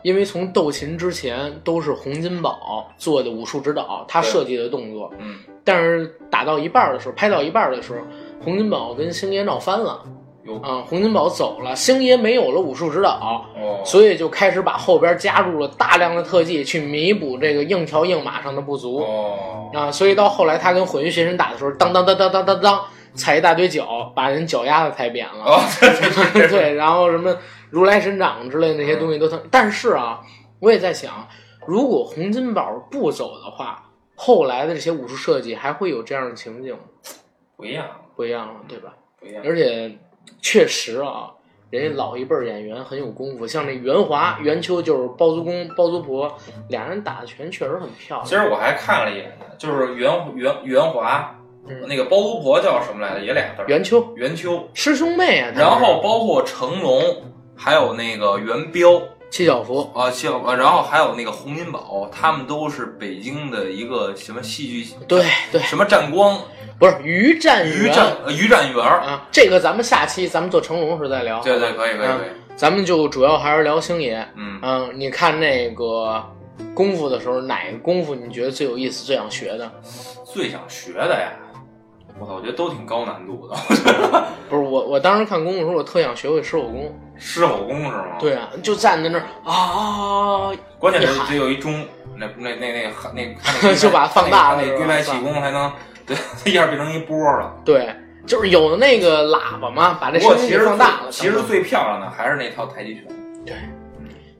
Speaker 1: 因为从斗琴之前都是洪金宝做的武术指导，他
Speaker 2: 对
Speaker 1: 设计的动作，
Speaker 2: 嗯，
Speaker 1: 但是打到一半儿的时候，拍到一半儿的时候，洪金宝跟星爷闹翻了。
Speaker 2: 有
Speaker 1: 啊，洪金宝走了，星爷没有了武术指导，
Speaker 2: 哦，
Speaker 1: 所以就开始把后边加入了大量的特技去弥补这个硬桥硬马上的不足
Speaker 2: 哦，
Speaker 1: 啊，所以到后来他跟火云邪神打的时候，当当当当当当当，踩一大堆脚，把人脚丫子踩扁了，
Speaker 2: 哦， 对对对对
Speaker 1: 对，然后什么如来神掌之类的那些东西都疼，但是啊，我也在想，如果洪金宝不走的话，后来的这些武术设计还会有这样的情景吗，
Speaker 2: 不一样，
Speaker 1: 不一样了，对吧？
Speaker 2: 不一样。
Speaker 1: 而且确实啊，人家老一辈儿演员很有功夫，像那袁华、袁秋就是包租公、包租婆，俩人打的拳确实很漂
Speaker 2: 其
Speaker 1: 亮。
Speaker 2: 实我还看了一眼，就是袁袁袁华，
Speaker 1: 嗯
Speaker 2: 那个包租婆叫什么来着？也俩字儿，
Speaker 1: 袁秋
Speaker 2: 袁秋。
Speaker 1: 师兄妹啊，他们
Speaker 2: 然后包括成龙，还有那个元彪
Speaker 1: 七小福，
Speaker 2: 啊，像啊然后还有那个洪金宝，他们都是北京的一个什么戏剧
Speaker 1: 对对，
Speaker 2: 什么战光
Speaker 1: 不是于占
Speaker 2: 于
Speaker 1: 元
Speaker 2: 战呃于战元儿，
Speaker 1: 啊，这个咱们下期咱们做成龙时再聊。
Speaker 2: 对对，可以可以
Speaker 1: 嗯
Speaker 2: 可以，
Speaker 1: 咱们就主要还是聊星爷。
Speaker 2: 嗯，
Speaker 1: 嗯，你看那个功夫的时候，哪个功夫你觉得最有意思、最想学的？
Speaker 2: 最想学的呀，我操，我觉得都挺高难度的。
Speaker 1: 不是我，我当时看功夫的时候，我特想学会狮吼功。
Speaker 2: 狮吼功是吗？，
Speaker 1: 对啊，就站在那儿啊，
Speaker 2: 关键
Speaker 1: 一
Speaker 2: 是
Speaker 1: 喊
Speaker 2: 得有一钟，那那那那那 那
Speaker 1: 就把它放大了
Speaker 2: 那
Speaker 1: 是吧
Speaker 2: 对外气功才能，对， 一下变成一波了。
Speaker 1: 对，就是有的那个喇叭嘛，把这
Speaker 2: 不过
Speaker 1: 声
Speaker 2: 其
Speaker 1: 音给
Speaker 2: 实
Speaker 1: 放大了。
Speaker 2: 其实最漂亮的还是那套太极拳，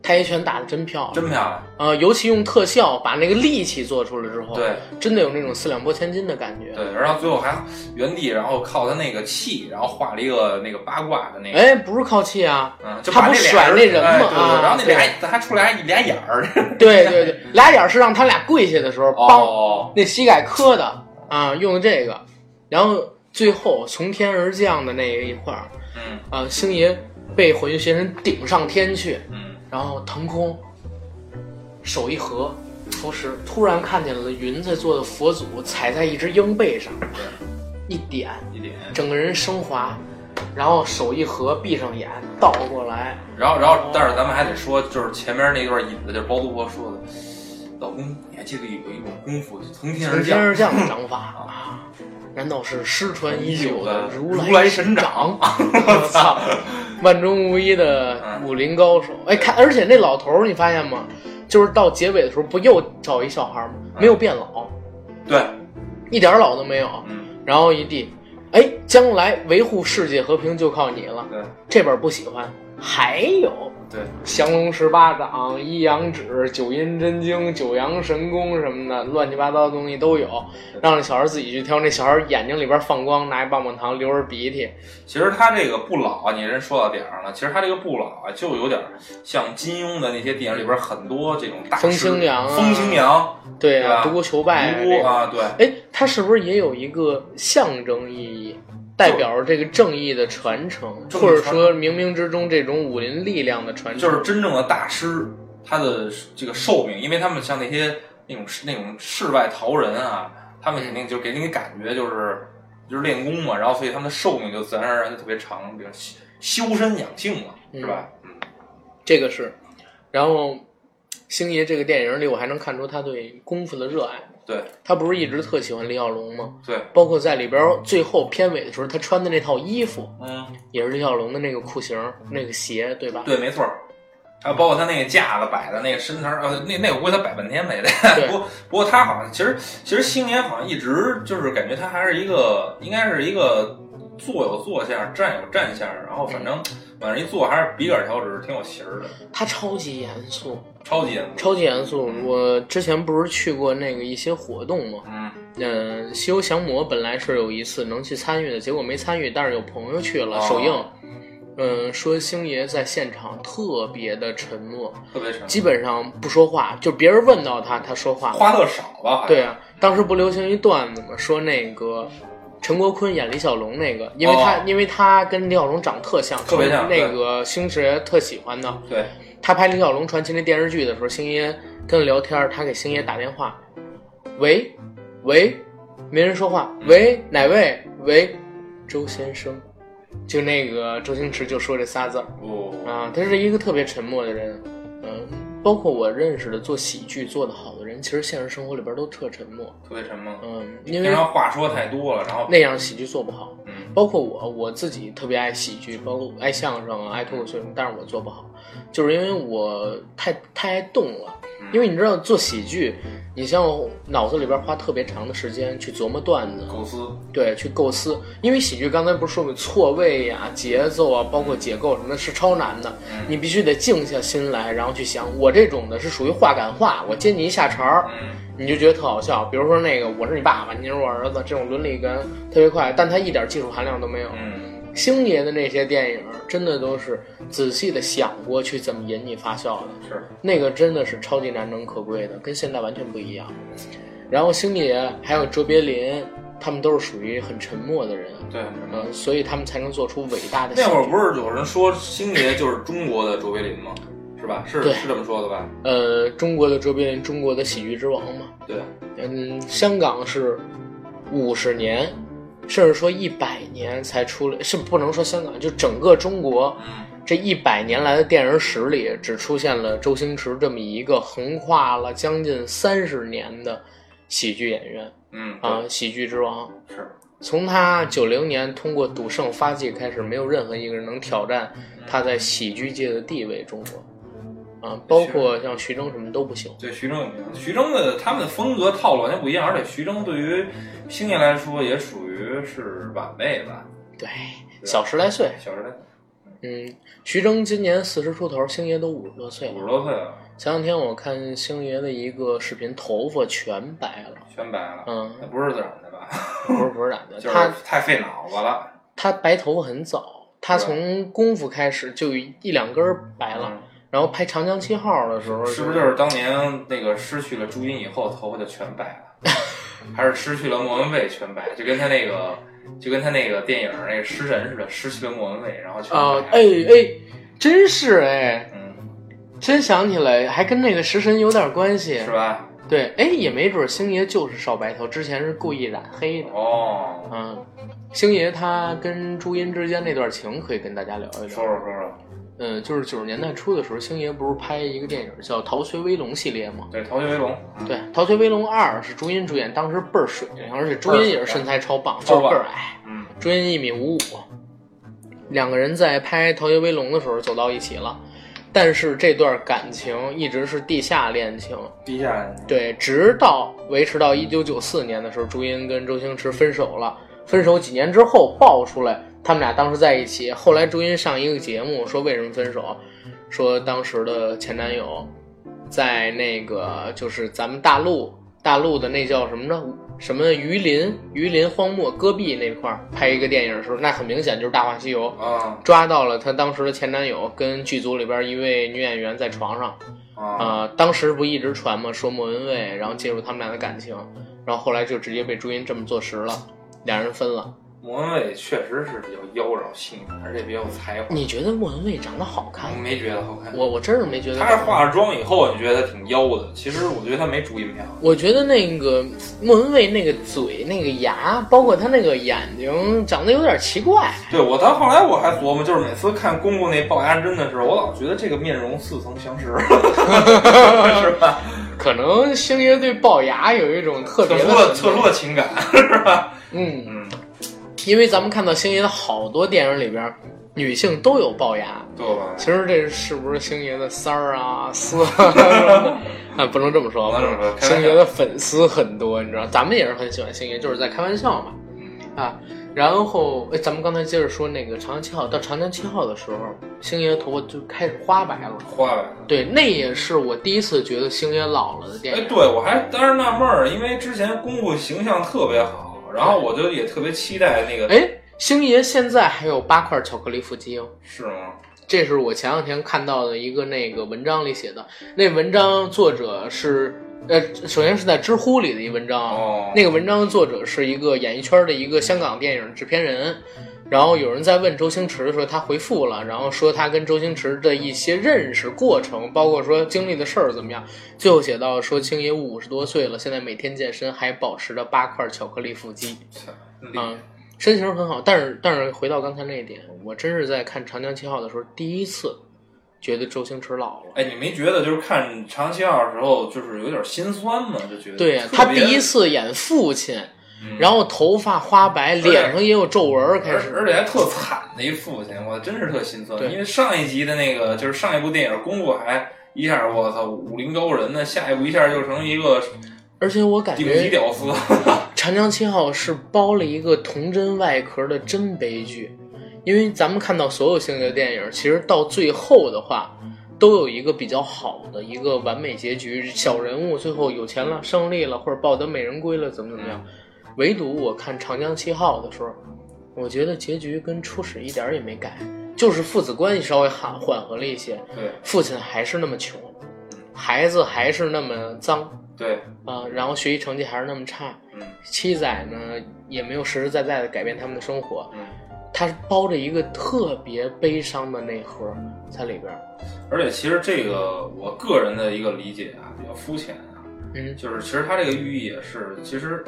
Speaker 1: 太极拳打的真漂亮，
Speaker 2: 真漂亮。
Speaker 1: 呃，尤其用特效把那个力气做出来之后，，
Speaker 2: 对
Speaker 1: 真的有那种四两拨千斤的感觉。
Speaker 2: 对，然后最后还原地，然后靠他那个气，然后画了一个那个八卦的那个。
Speaker 1: 哎，不是靠气啊，
Speaker 2: 嗯，就
Speaker 1: 他
Speaker 2: 把
Speaker 1: 不
Speaker 2: 那俩
Speaker 1: 甩那人吗
Speaker 2: 哎对对对
Speaker 1: 啊
Speaker 2: 然后那俩还出来俩眼儿，
Speaker 1: 对对 对，俩眼儿是让他俩跪下的时候，梆、
Speaker 2: 哦，
Speaker 1: 那膝盖磕的啊，用的这个，然后最后从天而降的那一块儿，
Speaker 2: 嗯
Speaker 1: 啊，星爷被火云邪神顶上天去，
Speaker 2: 嗯，
Speaker 1: 然后腾空，手一合，同时突然看见了云彩做的佛祖踩在一只鹰背上，一点，
Speaker 2: 一点。
Speaker 1: 整个人升华，然后手一合，闭上眼倒过来，
Speaker 2: 然后，然后，但是咱们还得说，就是前面那段引子，就是包租婆说的，老公，你还记得有一种功夫从天而
Speaker 1: 从天
Speaker 2: 降，
Speaker 1: 而降的掌法 啊，难道是失传已久的
Speaker 2: 如
Speaker 1: 来
Speaker 2: 来
Speaker 1: 神
Speaker 2: 神掌？
Speaker 1: 我操，万中无一的
Speaker 2: 嗯
Speaker 1: 武林高手。哎，看，而且那老头儿你发现吗？就是到结尾的时候，不又找一小孩儿吗？
Speaker 2: 嗯
Speaker 1: 没有变老，
Speaker 2: 对，
Speaker 1: 一点儿老都没有。
Speaker 2: 嗯，
Speaker 1: 然后一递，哎，将来维护世界和平就靠你了。
Speaker 2: 对，
Speaker 1: 这本不喜欢，还有
Speaker 2: 对，
Speaker 1: 降龙十八掌、一阳指、九阴真经、九阳神功什么的，乱七八糟的东西都有，让那小孩自己去挑。那小孩眼睛里边放光，拿一棒棒糖流着鼻涕。
Speaker 2: 其实他这个不老啊，你人说到点儿上了，其实他这个不老啊，就有点像金庸的那些电影里边很多这种大师，
Speaker 1: 风清扬啊
Speaker 2: 风清扬，
Speaker 1: 对
Speaker 2: 对吧
Speaker 1: 啊，独孤求败啊。这
Speaker 2: 无辜
Speaker 1: 个
Speaker 2: 啊，对，
Speaker 1: 哎，它是不是也有一个象征意义，代表着这个正义的传承，
Speaker 2: 正义
Speaker 1: 或者
Speaker 2: 传
Speaker 1: 说冥冥之中这种武林力量的传承？
Speaker 2: 就是真正的大师，他的这个寿命，因为他们像那些那种那种世外桃人啊，他们肯定就给你感觉就是就是练功嘛，然后所以他们的寿命就自然而然就特别长，比如修修身养性嘛，是吧？嗯，
Speaker 1: 这个是。然后，星爷这个电影里，我还能看出他对功夫的热爱。
Speaker 2: 对
Speaker 1: 他不是一直特喜欢李小龙吗？
Speaker 2: 对，
Speaker 1: 包括在里边儿最后片尾的时候，他穿的那套衣服
Speaker 2: 嗯，
Speaker 1: 也是李小龙的那个裤型儿、那个鞋，对吧？
Speaker 2: 对，没错儿。还有包括他那个架子摆的那个身材儿，呃，那那我估计他摆半天没得。
Speaker 1: 对
Speaker 2: 不过不过他好像其实其实星爷好像一直就是感觉他还是一个应该是一个坐有坐相，站有站相，然后反正往那一坐还是笔杆调直，挺有型儿的，
Speaker 1: 他超级严肃，
Speaker 2: 超级严肃。
Speaker 1: 超级严肃。我之前不是去过那个一些活动吗？
Speaker 2: 嗯
Speaker 1: 嗯，《西游降魔》本来是有一次能去参与的，结果没参与，但是有朋友去了
Speaker 2: 哦
Speaker 1: 首映。嗯，说星爷在现场特别的沉默，
Speaker 2: 特别沉，
Speaker 1: 基本上不说话，就别人问到他，他说话。
Speaker 2: 话特少吧？好像
Speaker 1: 对，啊，当时不流行一段子吗？说那个陈国坤演李小龙那个，因为他、
Speaker 2: 哦
Speaker 1: 因为他跟李小龙长特像，
Speaker 2: 特别像
Speaker 1: 那个星爷特喜欢的。
Speaker 2: 对，
Speaker 1: 他拍《李小龙传奇》那电视剧的时候，星爷跟他聊天，他给星爷打电话，喂，喂，没人说话，喂，哪位？喂，周先生，就那个周星驰就说这仨字儿
Speaker 2: 不、
Speaker 1: 啊，他是一个特别沉默的人，嗯，包括我认识的做喜剧做得好的人，其实现实生活里边都特沉默，
Speaker 2: 特别沉默。
Speaker 1: 嗯，因
Speaker 2: 平
Speaker 1: 为
Speaker 2: 常话说太多了，然后
Speaker 1: 那样喜剧做不好。
Speaker 2: 嗯
Speaker 1: 包括我，我自己特别爱喜剧，包括爱相声啊，爱脱口秀什么，但是我做不好，就是因为我太太爱动了。
Speaker 2: 嗯
Speaker 1: 因为你知道做喜剧，你像脑子里边花特别长的时间去琢磨段子，
Speaker 2: 构思，
Speaker 1: 对，去构思。因为喜剧刚才不是说过错位呀、节奏啊，包括结构什么的，是超难的。
Speaker 2: 嗯
Speaker 1: 你必须得静下心来，然后去想。我这种的是属于话赶话，我接你一下茬儿，
Speaker 2: 嗯
Speaker 1: 你就觉得特好笑。比如说那个我是你爸爸，你是我儿子，这种伦理感特别快，但它一点技术含量都没有。
Speaker 2: 嗯，
Speaker 1: 星爷的那些电影，真的都是仔细的想过去怎么引你发笑的。
Speaker 2: 是
Speaker 1: 那个真的是超级难能可贵的，跟现在完全不一样。然后星爷还有卓别林，他们都是属于很沉默的人，
Speaker 2: 对，很沉默。
Speaker 1: 嗯，所以他们才能做出伟大的。
Speaker 2: 那会儿不是有人说星爷就是中国的卓别林吗？是吧？是
Speaker 1: 对
Speaker 2: 是这么说的吧？
Speaker 1: 呃，中国的卓别林，中国的喜剧之王嘛。
Speaker 2: 对，啊
Speaker 1: 嗯，香港是五十年，甚至说一百年才出来，是不能说香港，就整个中国
Speaker 2: 嗯，
Speaker 1: 这一百年来的电影史里，只出现了周星驰这么一个横跨了将近三十年的喜剧演员
Speaker 2: 嗯，
Speaker 1: 啊、喜剧之王。
Speaker 2: 对是，
Speaker 1: 从他九零年通过赌圣发迹开始，没有任何一个人能挑战他在喜剧界的地位。中国啊、包括像徐峥什么都不行。
Speaker 2: 对徐峥也一样，徐峥的他们的风格套路完全不一样，而且徐峥对于星爷来说也属于是晚辈吧，
Speaker 1: 对，小十来岁。
Speaker 2: 小时代
Speaker 1: 嗯，徐峥今年四十出头，星爷都五十多岁
Speaker 2: 五
Speaker 1: 了。
Speaker 2: 十多岁了，
Speaker 1: 前两天我看星爷的一个视频，头发全白了。
Speaker 2: 全白了，
Speaker 1: 嗯，
Speaker 2: 那不是自然的吧？
Speaker 1: 不是不是染的，
Speaker 2: 就
Speaker 1: 他
Speaker 2: 是太费脑子了，
Speaker 1: 他白头发很早，他
Speaker 2: 是吧
Speaker 1: 从功夫开始就一两根儿白了，
Speaker 2: 嗯
Speaker 1: 然后拍《长江七号》的时候，
Speaker 2: 是不是就是当年那个失去了朱茵以后，头发就全白了？还是失去了莫文蔚全白？就跟他那个，就跟他那个电影那个失神似的，失去了莫文蔚，然后全白。
Speaker 1: 啊、哎哎，真是哎，
Speaker 2: 嗯，
Speaker 1: 真想起来，还跟那个食神有点关系
Speaker 2: 是。吧？
Speaker 1: 对，哎，也没准星爷就是少白头，之前是故意染黑的。
Speaker 2: 哦，
Speaker 1: 嗯，星爷他跟朱茵之间那段情可以跟大家聊一
Speaker 2: 说
Speaker 1: 聊。
Speaker 2: 说说说，
Speaker 1: 嗯，就是九十年代初的时候，星爷不是拍一个电影叫《逃学威龙》系列吗？
Speaker 2: 对，《逃学威龙》
Speaker 1: 对，《逃学威龙二》是朱茵主演，当时倍儿水，而且朱茵也是身材超棒，就是倍儿矮，
Speaker 2: 嗯，
Speaker 1: 朱茵一米五五。两个人在拍《逃学威龙》的时候走到一起了，但是这段感情一直是地下恋情，
Speaker 2: 地下
Speaker 1: 对，直到维持到一九九四年的时候，朱茵跟周星驰分手了。分手几年之后爆出来，他们俩当时在一起。后来朱茵上一个节目说为什么分手，说当时的前男友在那个就是咱们大陆大陆的那叫什么呢？什么榆林、榆林荒漠、戈壁那块儿拍一个电影的时候，那很明显就是《大话西游》。
Speaker 2: 啊
Speaker 1: 抓到了她当时的前男友跟剧组里边一位女演员在床上，
Speaker 2: 啊，
Speaker 1: 啊，当时不一直传嘛，说莫文蔚，然后介入他们俩的感情，然后后来就直接被朱茵这么坐实了，俩人分了。
Speaker 2: 莫文蔚确实是比较妖娆性感，而且比较有才华。
Speaker 1: 你觉得莫文蔚长得好看
Speaker 2: 我
Speaker 1: 吗？
Speaker 2: 没觉得好看，
Speaker 1: 我我真是没觉得。
Speaker 2: 她是化了妆以后，你觉得她挺妖的。其实我觉得她没主意面，
Speaker 1: 我觉得那个莫文蔚那个嘴、那个牙，包括她那个眼睛，长得有点奇怪。
Speaker 2: 对我，她后来我还琢磨，就是每次看公公那龅牙针的时候，我老觉得这个面容似曾相识， 是吧？
Speaker 1: 可能星爷对龅牙有一种特
Speaker 2: 特
Speaker 1: 别
Speaker 2: 殊
Speaker 1: 的
Speaker 2: 的特殊的情感，
Speaker 1: 嗯，
Speaker 2: 嗯，
Speaker 1: 因为咱们看到星爷的好多电影里边，女性都有龅牙。
Speaker 2: 对吧？
Speaker 1: 其实这是不是星爷的三儿啊、四 啊啊？不能这么说，
Speaker 2: 不能这么说开玩笑
Speaker 1: 星爷的粉丝很多，你知道，咱们也是很喜欢星爷，就是在开玩笑嘛。
Speaker 2: 嗯
Speaker 1: 啊，然后哎，咱们刚才接着说那个长江七号，到长江七号的时候，星爷的头发就开始花白了。
Speaker 2: 花呗。
Speaker 1: 对，那也是我第一次觉得星爷老了的电
Speaker 2: 哎，
Speaker 1: 影。
Speaker 2: 对我还当时纳闷儿，因为之前公公形象特别好，然后我就也特别期待那个，
Speaker 1: 哎，星爷现在还有八块巧克力腹肌哦。
Speaker 2: 是吗？
Speaker 1: 这是我前两天看到的一个那个文章里写的，那文章作者是，呃，首先是在知乎里的一文章，
Speaker 2: 哦，
Speaker 1: 啊那个文章的作者是一个演艺圈的一个香港电影制片人，
Speaker 2: 嗯
Speaker 1: 然后有人在问周星驰的时候，他回复了，然后说他跟周星驰的一些认识过程，包括说经历的事儿怎么样，最后写到说星爷五十多岁了，现在每天健身，还保持着八块巧克力腹肌。
Speaker 2: 那
Speaker 1: 啊，身形很好，但是但是回到刚才那一点，我真是在看《长江七号》的时候，第一次觉得周星驰老了。
Speaker 2: 哎，你没觉得就是看《长期号》的时候，就是有点心酸吗？就觉得
Speaker 1: 对
Speaker 2: 特别
Speaker 1: 他第一，次演父亲，
Speaker 2: 嗯
Speaker 1: 然后头发花白，
Speaker 2: 且
Speaker 1: 脸上也有皱纹儿，开
Speaker 2: 而
Speaker 1: 始
Speaker 2: 而且还特惨的一父亲，我真是特心酸。
Speaker 1: 对
Speaker 2: 因为上一集的那个就是上一部电影《功夫》，还一下我操武林高人呢，下一步一下就成一个
Speaker 1: 而且我感
Speaker 2: 顶级
Speaker 1: 觉《
Speaker 2: 屌丝。
Speaker 1: 哎长江七号》是包了一个童真外壳的真悲剧，因为咱们看到所有星爷电影，其实到最后的话。都有一个比较好的一个完美结局，小人物最后有钱了、胜利了，或者抱得美人归了，怎么怎么样。唯独我看《长江七号》的时候，我觉得结局跟初始一点儿也没改，就是父子关系稍微缓缓和了一些，
Speaker 2: 对
Speaker 1: 父亲还是那么穷，孩子还是那么脏
Speaker 2: 对，
Speaker 1: 啊、然后学习成绩还是那么差，
Speaker 2: 嗯
Speaker 1: 七仔呢也没有实实在在的改变他们的生活，
Speaker 2: 嗯。
Speaker 1: 他包着一个特别悲伤的内核在里边儿。
Speaker 2: 而且其实这个我个人的一个理解啊，比较肤浅啊，
Speaker 1: 嗯，
Speaker 2: 就是其实他这个寓意也是，其实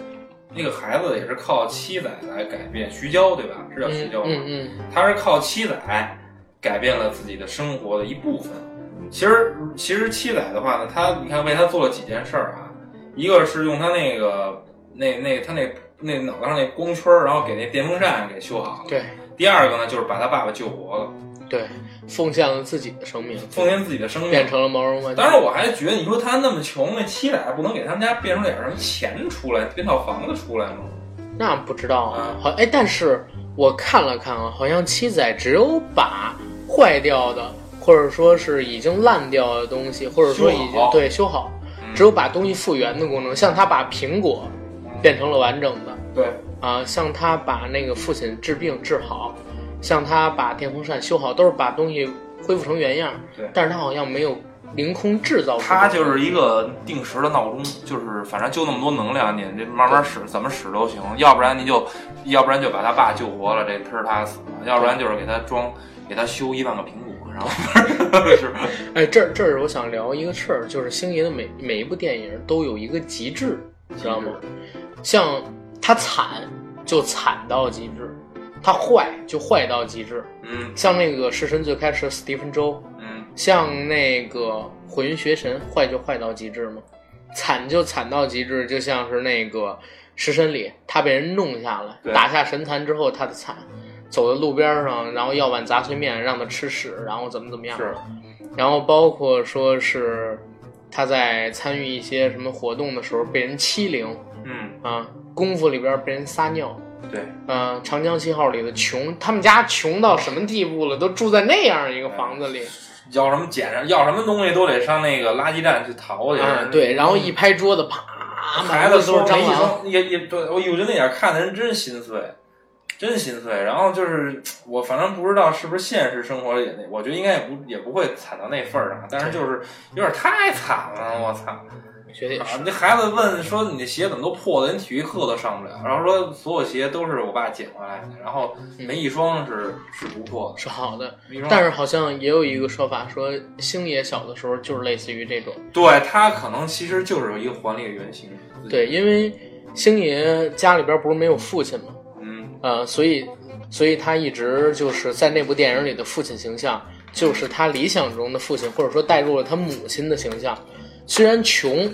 Speaker 2: 那个孩子也是靠七仔来改变徐娇，对吧？是叫徐
Speaker 1: 嗯
Speaker 2: 娇吗？
Speaker 1: 嗯嗯，
Speaker 2: 他是靠七仔改变了自己的生活的一部分。其实，其实七仔的话呢，他你看为他做了几件事儿啊，一个是用他那个那那他那那脑袋上那光圈儿，然后给那电风扇给修好了。
Speaker 1: 对
Speaker 2: 第二个呢，就是把他爸爸救活了，
Speaker 1: 对，奉献了自己的生命，
Speaker 2: 奉献自己的生命
Speaker 1: 变。成了毛绒玩具。
Speaker 2: 当然，我还觉得你说他那么穷，那七仔不能给他们家变出点什么钱出来，变套房子出来吗？
Speaker 1: 那不知道啊
Speaker 2: 啊，
Speaker 1: 好哎，但是我看了看啊，好像七仔只有把坏掉的，或者说是已经烂掉的东西，或者说已经
Speaker 2: 修好
Speaker 1: 对修好，
Speaker 2: 嗯
Speaker 1: 只有把东西复原的功能。像他把苹果变成了完整的
Speaker 2: 对，
Speaker 1: 啊，像他把那个父亲治病治好，像他把电风扇修好，都是把东西恢复成原样。
Speaker 2: 对
Speaker 1: 但是他好像没有凌空制造出
Speaker 2: 它
Speaker 1: 东西
Speaker 2: 就是一个定时的闹钟，就是反正就那么多能量，你这慢慢使，怎么使都行。要不然你就，要不然就把他爸救活了，这忒是他死了；要不然就是给他装，给他修一万个苹果， 然后是吧
Speaker 1: 哎，这儿这儿我想聊一个事儿，就是星爷的每每一部电影都有一个极致，知道吗？像他惨就惨到极致，他坏就坏到极致。
Speaker 2: 嗯
Speaker 1: 像那个《食神》最开始的史蒂芬周，
Speaker 2: 嗯，
Speaker 1: 像那个《火云邪神》，坏就坏到极致嘛，惨就惨到极致，就像是那个《食神》里，他被人弄下来，
Speaker 2: 对
Speaker 1: 打下神坛之后，他的惨，走到路边上，然后要碗杂碎面让他吃屎，然后怎么怎么样，
Speaker 2: 是
Speaker 1: 然后包括说是他在参与一些什么活动的时候被人欺凌
Speaker 2: 嗯
Speaker 1: 啊，功夫里边被人撒尿，
Speaker 2: 对，
Speaker 1: 嗯、长江七号里的穷，他们家穷到什么地步了，都住在那样一个房子里，
Speaker 2: 要什么捡上，要什么东西都得上那个垃圾站去淘去。
Speaker 1: 嗯，对，然后一拍桌子，啪，
Speaker 2: 孩
Speaker 1: 满屋
Speaker 2: 子
Speaker 1: 子都是
Speaker 2: 啊
Speaker 1: 蟑
Speaker 2: 没一
Speaker 1: 螂，
Speaker 2: 双也也对我有人那眼看的人真心碎，真心碎。然后就是我反正不知道是不是现实生活里也那，我觉得应该也不也不会惨到那份儿上，但是就是有点太惨了，我操！
Speaker 1: 学的也
Speaker 2: 啊
Speaker 1: 是，
Speaker 2: 你这孩子问说你的鞋怎么都破了，连体育课都上不
Speaker 1: 嗯
Speaker 2: 了。然后说所有鞋都是我爸捡回来的，然后没一双是是不破
Speaker 1: 是好的。
Speaker 2: 的。一
Speaker 1: 嗯
Speaker 2: 双
Speaker 1: 但是好像也有一个说法说，星爷小的时候就是类似于这种，
Speaker 2: 对他可能其实就是有一个还力的原型。，
Speaker 1: 对，因为星爷家里边不是没有父亲嘛，
Speaker 2: 嗯，
Speaker 1: 呃，所以所以他一直就是在那部电影里的父亲形象，就是他理想中的父亲，或者说带入了他母亲的形象。虽然穷，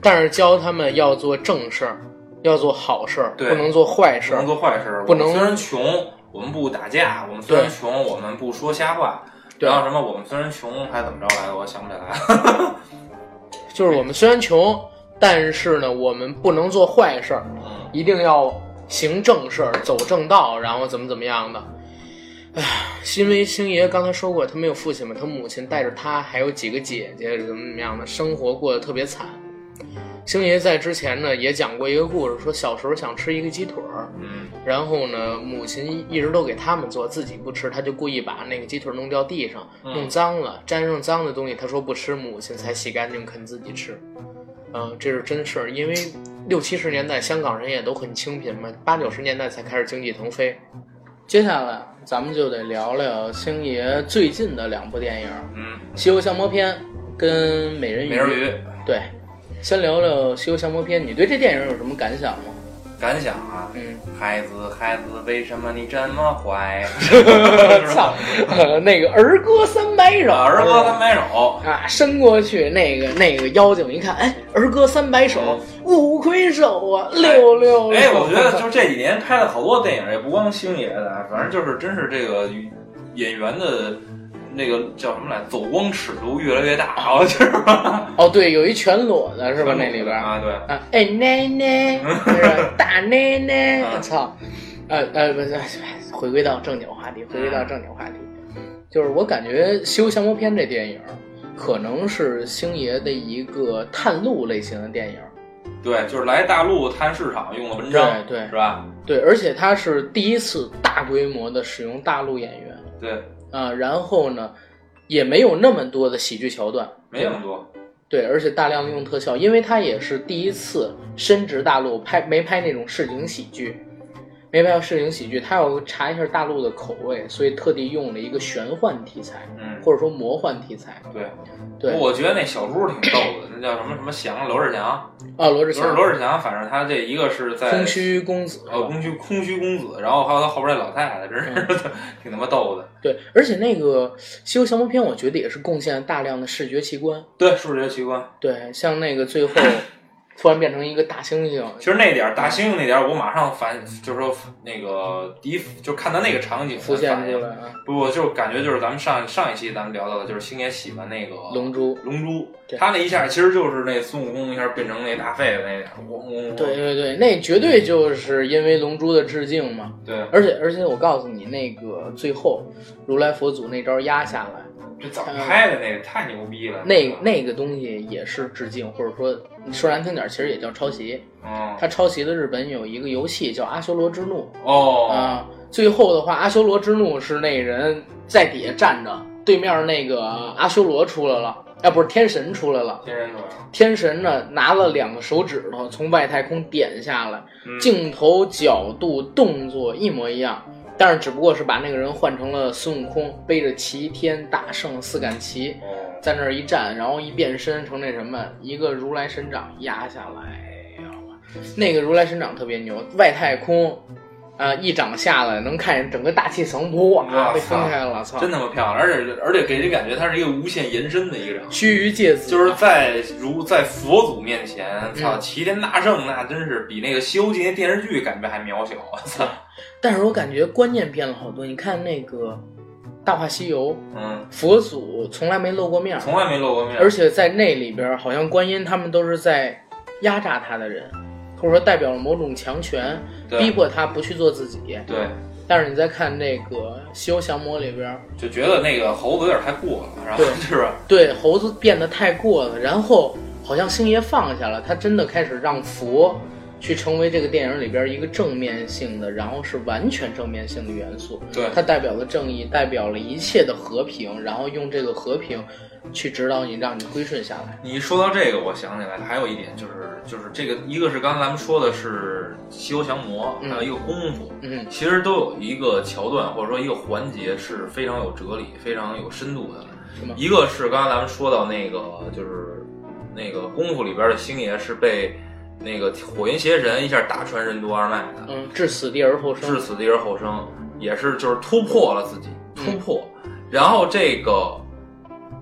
Speaker 1: 但是教他们要做正事儿，要做好事儿，
Speaker 2: 对
Speaker 1: 不能做坏
Speaker 2: 不
Speaker 1: 事
Speaker 2: 能
Speaker 1: 儿。
Speaker 2: 做坏事，
Speaker 1: 不能
Speaker 2: 我们虽然穷，我们不打架；我们虽然
Speaker 1: 对
Speaker 2: 穷，我们不说瞎话。
Speaker 1: 对
Speaker 2: 然后什么？我们虽然穷，还怎么着来的？我想不起来了。
Speaker 1: 就是我们虽然穷，但是呢，我们不能做坏事儿，
Speaker 2: 嗯
Speaker 1: 一定要行正事儿，走正道，然后怎么怎么样的。唉，是因为星爷刚才说过，他没有父亲嘛，他母亲带着他还有几个姐姐，怎么怎么样的，生活过得特别惨。星爷在之前呢也讲过一个故事，说小时候想吃一个鸡腿儿，
Speaker 2: 嗯
Speaker 1: 然后呢母亲一直都给他们做，自己不吃，他就故意把那个鸡腿弄掉地上，
Speaker 2: 嗯
Speaker 1: 弄脏了，沾上脏的东西，他说不吃，母亲才洗干净啃自己吃。嗯、这是真事儿，因为六七十年代香港人也都很清贫嘛，八九十年代才开始经济腾飞。接下来咱们就得聊聊星爷最近的两部电影儿
Speaker 2: 嗯，
Speaker 1: 《西游降魔篇》跟《美人鱼》。
Speaker 2: 美人鱼。
Speaker 1: 对，先聊聊《西游降魔篇》，你对这电影有什么感想吗？
Speaker 2: 感想啊，
Speaker 1: 嗯，
Speaker 2: 孩子，孩子，为什么你这 么坏？
Speaker 1: 操，呃 那个儿歌三百首，
Speaker 2: 儿歌三百首，
Speaker 1: 啊，伸过去，那个那个妖精一看，哎，儿歌三百首，五魁首啊，六六六。
Speaker 2: 哎，我觉得就是这几年拍了好多电影，也不光星爷的，啊反正就是真是这个演员的那个叫什么来，走光尺度越来越大，好像就是吧？
Speaker 1: 哦，对，有一全裸的是吧？那里边儿
Speaker 2: 啊，对，
Speaker 1: 啊，哎奶 奶，是吧大奶奶，
Speaker 2: 嗯
Speaker 1: 我操，呃呃，不是，回归到正经话题，回归到正经话题，就是我感觉《西游降魔篇》这电影儿，可能是星爷的一个探路类型的电影儿，
Speaker 2: 对，就是来大陆探市场用的文章，
Speaker 1: 对对
Speaker 2: 是吧？
Speaker 1: 对，而且他是第一次大规模的使用大陆演员
Speaker 2: 对，
Speaker 1: 啊、然后呢，也没有那么多的喜剧桥段，
Speaker 2: 没那么多，
Speaker 1: 对，而且大量利用特效，因为他也是第一次深植大陆拍，没拍那种市井喜剧，没拍市井喜剧，他要查一下大陆的口味，所以特地用了一个玄幻题材，
Speaker 2: 嗯，
Speaker 1: 或者说魔幻题材。
Speaker 2: 对。
Speaker 1: 对，
Speaker 2: 我觉得那小猪挺逗的，那叫什么什么翔，罗志祥，
Speaker 1: 啊，罗志
Speaker 2: 罗志
Speaker 1: 祥，
Speaker 2: 罗志祥，反正他这一个是在
Speaker 1: 空虚公子，
Speaker 2: 呃，空虚空虚公子，然后还有他后边那老太太，真是
Speaker 1: 嗯
Speaker 2: 挺他妈逗的。
Speaker 1: 对，而且那个《西游降魔篇》，我觉得也是贡献了大量的视觉奇观。
Speaker 2: 对，数学奇观，
Speaker 1: 对，像那个最后突然变成一个大猩猩，
Speaker 2: 其实那点儿大猩猩那点儿，我马上反就是说那个第一就看他那个场景
Speaker 1: 浮现
Speaker 2: 反
Speaker 1: 出
Speaker 2: 应
Speaker 1: 来啊，
Speaker 2: 不，我就感觉就是咱们上上一期咱们聊到的，就是星爷喜欢那个
Speaker 1: 龙珠。
Speaker 2: 龙珠
Speaker 1: 对，嗯
Speaker 2: 他那一下其实就是那孙悟空一下变成那大狒狒那点儿，嗡嗡嗡。
Speaker 1: 对对对，那绝对就是因为《龙珠》的致敬嘛。
Speaker 2: 对，
Speaker 1: 而且而且我告诉你，那个最后如来佛祖那招压下来，
Speaker 2: 这怎么拍的那个太牛逼了。
Speaker 1: 那
Speaker 2: 个
Speaker 1: 那个东西也是致敬，或者说你说难听点儿，其实也叫抄袭。
Speaker 2: 嗯
Speaker 1: 他抄袭的日本有一个游戏叫《阿修罗之怒》
Speaker 2: 哦，
Speaker 1: 啊、最后的话，阿修罗之怒是那人在底下站着，对面那个阿修罗出来了，啊，不是天神出来了。
Speaker 2: 天人转了
Speaker 1: 天神呢，拿了两个手指头从外太空点下来，
Speaker 2: 嗯
Speaker 1: 镜头、角度、动作一模一样，但是只不过是把那个人换成了孙悟空，背着齐天大圣四杆旗，
Speaker 2: 哦，
Speaker 1: 在那儿一站，然后一变身成那什么，一个如来神掌压下来，知道吧？那个如来神掌特别牛，外太空，啊、一掌下来能看见整个大气层，哇，
Speaker 2: 哇
Speaker 1: 被分开了，操！
Speaker 2: 真他妈漂亮，而且而且给人感觉它是一个无限延伸的一个场景。
Speaker 1: 须臾芥子，
Speaker 2: 就是在如在佛祖面前，操，
Speaker 1: 嗯
Speaker 2: 齐天大圣那真是比那个《西游记》那电视剧感觉还渺小，我操，
Speaker 1: 但是我感觉观念变了好多。你看那个《大话西游》，
Speaker 2: 嗯，
Speaker 1: 佛祖从来没露过面儿，
Speaker 2: 从来没露过面，
Speaker 1: 而且在那里边儿，好像观音他们都是在压榨他的人，或者说代表了某种强权，逼
Speaker 2: 对
Speaker 1: 迫他不去做自己。
Speaker 2: 对，
Speaker 1: 但是你再看那个《西游降魔》里边儿，
Speaker 2: 就觉得那个猴子有点太过了，然后
Speaker 1: 对
Speaker 2: 是吧？
Speaker 1: 对猴子变得太过了，然后好像星爷放下了，他真的开始让佛去成为这个电影里边儿一个正面性的，然后是完全正面性的元素。
Speaker 2: 对
Speaker 1: 它代表了正义，代表了一切的和平，然后用这个和平去指导你，让你归顺下来。
Speaker 2: 你一说到这个，我想起来还有一点就是，就是这个，一个是刚才咱们说的是西游降魔，还
Speaker 1: 嗯
Speaker 2: 有一个功夫，
Speaker 1: 嗯，
Speaker 2: 其实都有一个桥段或者说一个环节是非常有哲理、非常有深度的
Speaker 1: 是吗。
Speaker 2: 一个是刚才咱们说到那个，就是那个功夫里边的星爷是被那个火云邪神一下打穿任督二脉的，
Speaker 1: 嗯，置死地而后
Speaker 2: 至
Speaker 1: 生。
Speaker 2: 死地而后生，也是就是突破了自己，突破。然后这个《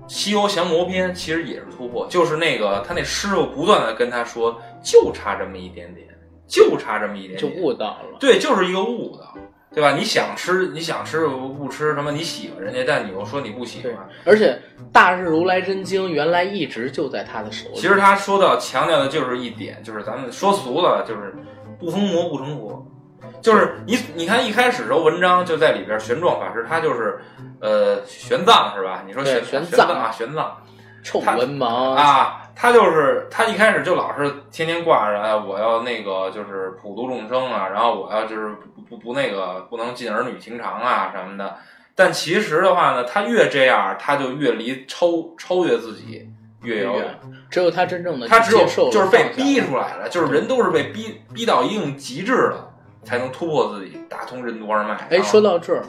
Speaker 2: 西游降魔篇》其实也是突破，就是那个他那师傅不断的跟他说，就差这么一点点，就差这么一点点，
Speaker 1: 就悟到了，
Speaker 2: 对，就是一个悟的，对吧？你想吃，你想吃不吃什么？你喜欢人家，但你又说你不喜欢。
Speaker 1: 而且大智如来真经原来一直就在他的手里。
Speaker 2: 其实他说到强调的就是一点，就是咱们说俗了，就是不疯魔不成佛。就是你，你看一开始时候文章就在里边，玄奘法师他就是，呃，玄奘是吧？你说玄
Speaker 1: 对玄
Speaker 2: 奘
Speaker 1: 奘
Speaker 2: 啊，玄奘
Speaker 1: 臭
Speaker 2: 他
Speaker 1: 文盲，
Speaker 2: 啊，他就是他一开始就老是天天挂着，哎，我要那个就是普度众生啊，然后我要就是不不不那个不能近儿女情长啊什么的。但其实的话呢，他越这样，他就越离超超越自己越遥远。
Speaker 1: 只有他真正的
Speaker 2: 他只有
Speaker 1: 接受了
Speaker 2: 就是被
Speaker 1: 放下
Speaker 2: 逼
Speaker 1: 了
Speaker 2: 出来了，就是人都是被逼逼到一定极致了，才能突破自己，打通任督二脉。
Speaker 1: 哎，
Speaker 2: 然后
Speaker 1: 说到这儿，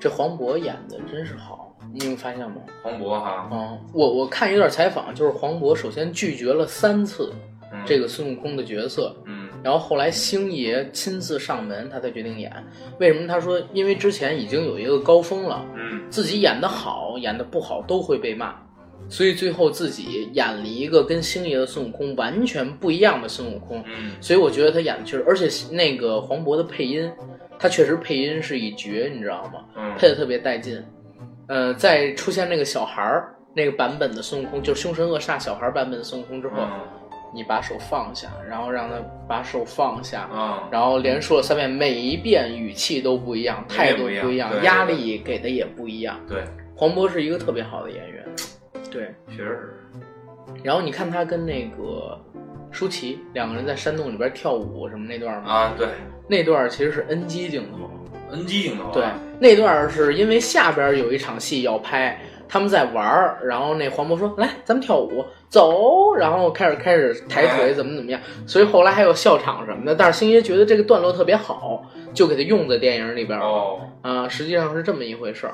Speaker 1: 这黄渤演的真是好，你有发现吗？
Speaker 2: 啊黄渤哈，
Speaker 1: 嗯，我我看一段采访，就是黄渤首先拒绝了三次
Speaker 2: 嗯
Speaker 1: 这个孙悟空的角色，
Speaker 2: 嗯
Speaker 1: 然后后来星爷亲自上门，他才决定演。为什么？他说，因为之前已经有一个高峰了，
Speaker 2: 嗯
Speaker 1: 自己演的好，演的不好都会被骂，所以最后自己演了一个跟星爷的孙悟空完全不一样的孙悟空。
Speaker 2: 嗯
Speaker 1: 所以我觉得他演的确实，而且那个黄渤的配音，他确实配音是一绝，你知道吗？
Speaker 2: 嗯
Speaker 1: 配的特别带劲。呃，在出现那个小孩儿那个版本的孙悟空，就是凶神恶煞小孩儿版本的孙悟空之后，
Speaker 2: 嗯
Speaker 1: 你把手放下，然后让他把手放下，
Speaker 2: 嗯
Speaker 1: 然后连说了三遍，每一遍语气都不一样，态度
Speaker 2: 每一遍不一样对
Speaker 1: 压力给的也不一样。
Speaker 2: 对，
Speaker 1: 黄渤是一个特别好的演员，对。
Speaker 2: 确实
Speaker 1: 然后你看他跟那个舒淇两个人在山洞里边跳舞什么那段
Speaker 2: 是
Speaker 1: 吗？
Speaker 2: 啊，对
Speaker 1: 那段其实是 NG 镜头，
Speaker 2: ，NG 镜头啊
Speaker 1: 对，那段是因为下边有一场戏要拍，他们在玩儿，然后那黄渤说：“来，咱们跳舞，走。”然后开始开始抬腿，怎么怎么样，所以后来还有笑场什么的。但是星爷觉得这个段落特别好，就给他用在电影里边了。
Speaker 2: 哦，
Speaker 1: 啊，实际上是这么一回事儿。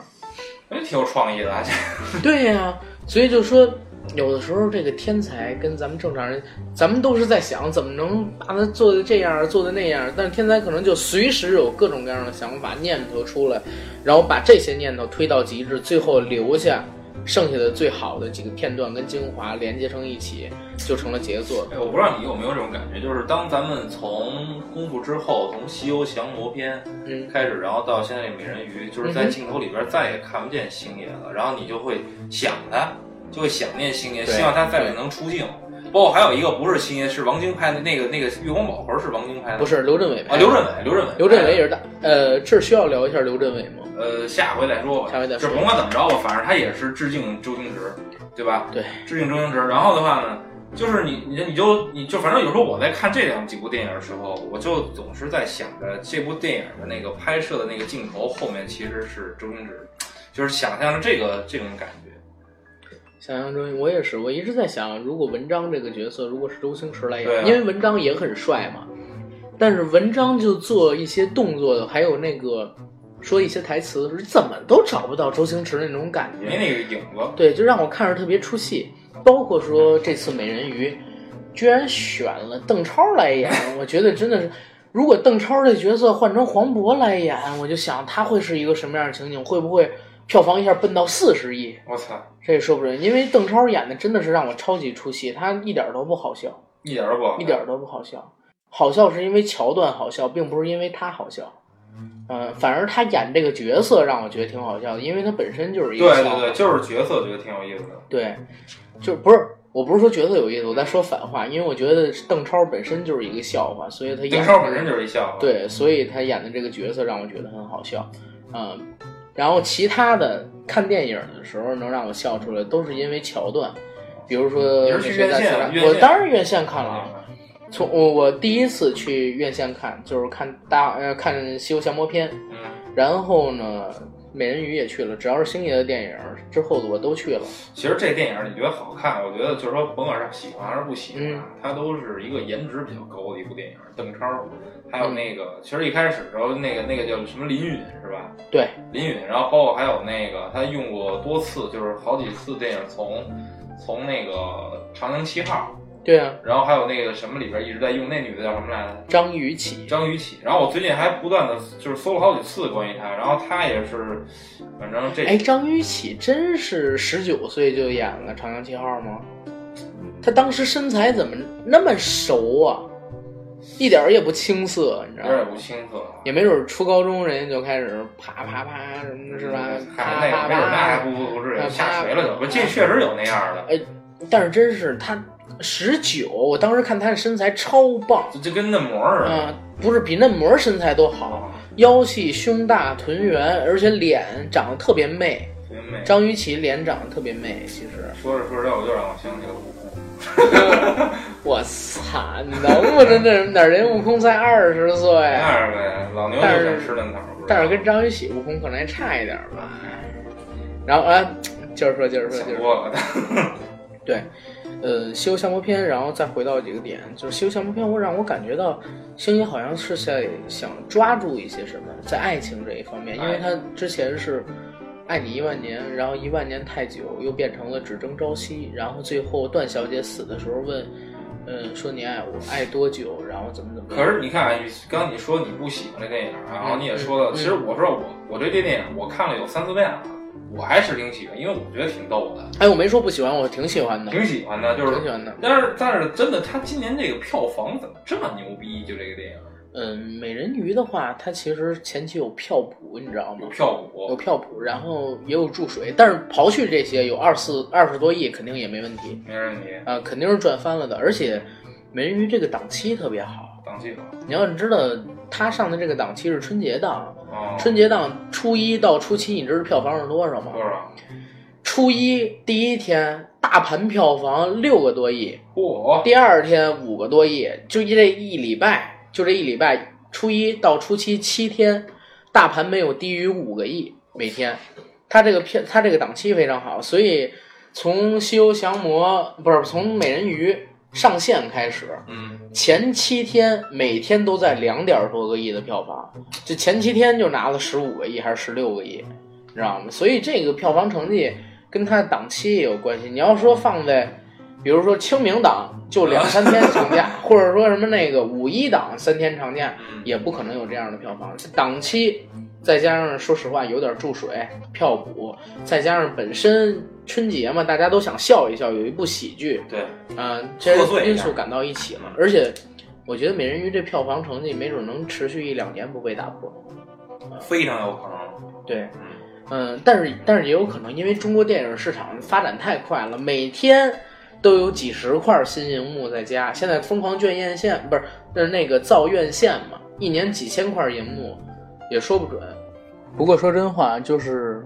Speaker 2: 哎，挺有创意的啊，这
Speaker 1: 对呀、所以就说，有的时候这个天才跟咱们正常人，咱们都是在想怎么能把他做的这样，做的那样，但是天才可能就随时有各种各样的想法、念头出来，然后把这些念头推到极致，最后留下剩下的最好的几个片段跟精华连接成一起，就成了杰作。
Speaker 2: 哎，我不知道你有没有这种感觉，就是当咱们从功夫之后，从西游降魔篇
Speaker 1: 嗯
Speaker 2: 开始，然后到现在这美人鱼，就是
Speaker 1: 嗯
Speaker 2: 在
Speaker 1: 哼
Speaker 2: 镜头里边再也看不见星爷了，然后你就会想他，就会想念星爷，
Speaker 1: 对
Speaker 2: 希望他再也能出镜。包括还有一个不是星爷，是王晶拍的那个那个月光宝盒是王晶拍的，
Speaker 1: 不是刘镇伟拍的
Speaker 2: 啊，刘镇伟，刘镇伟，
Speaker 1: 刘镇伟也是大，呃，这儿需要聊一下刘镇伟吗？
Speaker 2: 呃，下回再说吧，
Speaker 1: 下回再说
Speaker 2: 就甭管怎么着吧，反正他也是致敬周星驰，对吧？
Speaker 1: 对，
Speaker 2: 致敬周星驰。然后的话呢，就是你你你就你就反正有时候我在看这两几部电影的时候，我就总是在想着这部电影的那个拍摄的那个镜头后面其实是周星驰，就是想象着这个这种感觉。
Speaker 1: 想象中，我也是，我一直在想，如果文章这个角色如果是周星驰来演，
Speaker 2: 对啊
Speaker 1: 因为文章也很帅嘛，但是文章就做一些动作，还有那个说一些台词，怎么都找不到周星驰那种感
Speaker 2: 没
Speaker 1: 觉。
Speaker 2: 那个影子，
Speaker 1: 对，就让我看着特别出戏。包括说这次美人鱼，居然选了邓超来演，我觉得真的是。如果邓超这角色换成黄渤来演，我就想他会是一个什么样的情景？会不会票房一下奔到四十亿？
Speaker 2: 我操，
Speaker 1: 这也说不准，因为邓超演的真的是让我超级出戏，他一点儿都不好笑，
Speaker 2: 一点儿都不好看
Speaker 1: 一点儿都不好笑。好笑是因为桥段好笑，并不是因为他好笑。嗯、反而他演这个角色让我觉得挺好笑的，因为他本身就是一
Speaker 2: 对
Speaker 1: 个笑
Speaker 2: 对
Speaker 1: 话
Speaker 2: 对，就是角色觉得挺有意思的。
Speaker 1: 对就不是我不是说角色有意思，我在说反话，因为我觉得邓超本身就是一个笑话，所以他演
Speaker 2: 邓超本身就是一笑话。，
Speaker 1: 对，所以他演的这个角色让我觉得很好笑，嗯，然后其他的看电影的时候能让我笑出来，都是因为桥段，比如说
Speaker 2: 你
Speaker 1: 那
Speaker 2: 是去
Speaker 1: 谁
Speaker 2: 院
Speaker 1: 在
Speaker 2: 线
Speaker 1: 自
Speaker 2: 啊
Speaker 1: 杀
Speaker 2: 院
Speaker 1: 我
Speaker 2: 线
Speaker 1: 当然院线看了
Speaker 2: 嗯
Speaker 1: 啊，从我我第一次去院线看就是看大呃看《西游降魔篇》，
Speaker 2: 嗯
Speaker 1: 然后呢美人鱼也去了，只要是星爷的电影之后的我都去了。
Speaker 2: 其实这电影你觉得好看，我觉得就是说，甭管是喜欢还是不喜欢，
Speaker 1: 嗯
Speaker 2: 它都是一个颜值比较高的一部电影。邓超，还
Speaker 1: 嗯
Speaker 2: 有那个，其实一开始的时候，那个那个叫什么林允是吧？
Speaker 1: 对，
Speaker 2: 林允，然后包括还有那个，他用过多次，就是好几次电影从从那个《长江七号
Speaker 1: 对啊》，，
Speaker 2: 然后还有那个什么里边一直在用，那女的叫什么来着？
Speaker 1: 张雨绮，
Speaker 2: 张雨绮，然后我最近还不断的就是搜了好几次关于她，然后她也是，反正这
Speaker 1: 哎，张雨绮真是十九岁就演了《长江七号》吗？
Speaker 2: 嗯
Speaker 1: 她当时身材怎么那么熟啊？一点儿也不青涩，你知
Speaker 2: 有
Speaker 1: 道吗
Speaker 2: 点？不清楚了。
Speaker 1: 也没准儿初高中人家就开始啪啪啪什么的，是吧？啪
Speaker 2: 嗨，嗯那
Speaker 1: 啪
Speaker 2: 个没准那还
Speaker 1: 啪。
Speaker 2: 不不至于下垂了就，不，这确实有那样
Speaker 1: 嗯
Speaker 2: 的，
Speaker 1: 但是真是她十九，我当时看她的身材超棒，
Speaker 2: 就就跟嫩模似的。
Speaker 1: 啊，不是比嫩模身材都好，
Speaker 2: 啊，
Speaker 1: 腰细胸大臀圆，而且脸长得特别媚。
Speaker 2: 特别美。
Speaker 1: 张雨绮脸长得特别媚，其实。
Speaker 2: 说着说着，我就让我想起了悟空，
Speaker 1: 我操，能不能那哪儿人悟空才二十岁，
Speaker 2: 那样呗，老牛就想吃嫩草，不
Speaker 1: 哎但是跟张雨绮悟空可能还差一点儿吧。哎然后啊，接着说，接着说，接
Speaker 2: 想
Speaker 1: 着说。
Speaker 2: 多了。
Speaker 1: 对，呃，西游降魔篇，然后再回到几个点，就是西游降魔篇，我让我感觉到星爷好像是在想抓住一些什么，在爱情这一方面，因
Speaker 2: 哎
Speaker 1: 为他之前是爱你一万年，然后一万年太久，又变成了只争朝夕，然后最后段小姐死的时候问，嗯，说你爱我爱多久，然后怎么怎么样，
Speaker 2: 可是你看啊，刚刚你说你不喜欢这电影，然后你也说了，
Speaker 1: 嗯嗯
Speaker 2: 其实我说我我对这电影我看了有三四遍了，我还是挺喜欢，因为我觉得挺逗的，
Speaker 1: 哎，我没说不喜欢，我挺喜欢的，
Speaker 2: 挺喜欢的，就
Speaker 1: 嗯挺喜
Speaker 2: 是。
Speaker 1: 欢的。
Speaker 2: 但是但是真的，他今年这个票房怎么这么牛逼？就这个电影
Speaker 1: 嗯，美人鱼的话，它其实前期有票补，你知道吗
Speaker 2: 有？票补，
Speaker 1: 有票补，然后也有注水，但是刨去这些，有二四二十多亿肯定也没问题，
Speaker 2: 没问题，
Speaker 1: 啊、肯定是赚翻了的。而且美人鱼这个档期特别好，
Speaker 2: 档期好。
Speaker 1: 你要是知道它上的这个档期是春节档，
Speaker 2: 哦，
Speaker 1: 春节档初一到初七，你知道票房是多少吗
Speaker 2: 多？少？
Speaker 1: 初一第一天大盘票房六个多亿，
Speaker 2: 嚯！
Speaker 1: 第二天五个多亿，就这一礼拜，就这一礼拜，初一到初七七天，大盘没有低于五个亿每天。它这个片，它这个档期非常好，所以从《西游降魔》不是从《美人鱼》上线开始，
Speaker 2: 嗯，
Speaker 1: 前七天每天都在两点多个亿的票房，就前七天就拿了十五个亿还是十六个亿，你知道吗？所以这个票房成绩跟它的档期也有关系。你要说放在，比如说清明档就两三天长假，或者说什么那个五一档三天长假，
Speaker 2: 嗯
Speaker 1: 也不可能有这样的票房。档期再加上说实话有点注水票补，再加上本身春节嘛，大家都想笑一笑，有一部喜剧，
Speaker 2: 对，
Speaker 1: 嗯，这
Speaker 2: 贺岁一
Speaker 1: 因
Speaker 2: 下
Speaker 1: 素赶到一起了，而且我觉得美人鱼这票房成绩没准能持续一两年不被打破。
Speaker 2: 非常有可能。
Speaker 1: 对，
Speaker 2: 嗯，
Speaker 1: 嗯，但是但是也有可能，因为中国电影市场发展太快了，每天都有几十块新荧幕在加，现在疯狂卷院线，不是，那那个造院线嘛，一年几千块银幕，也说不准。不过说真话，就是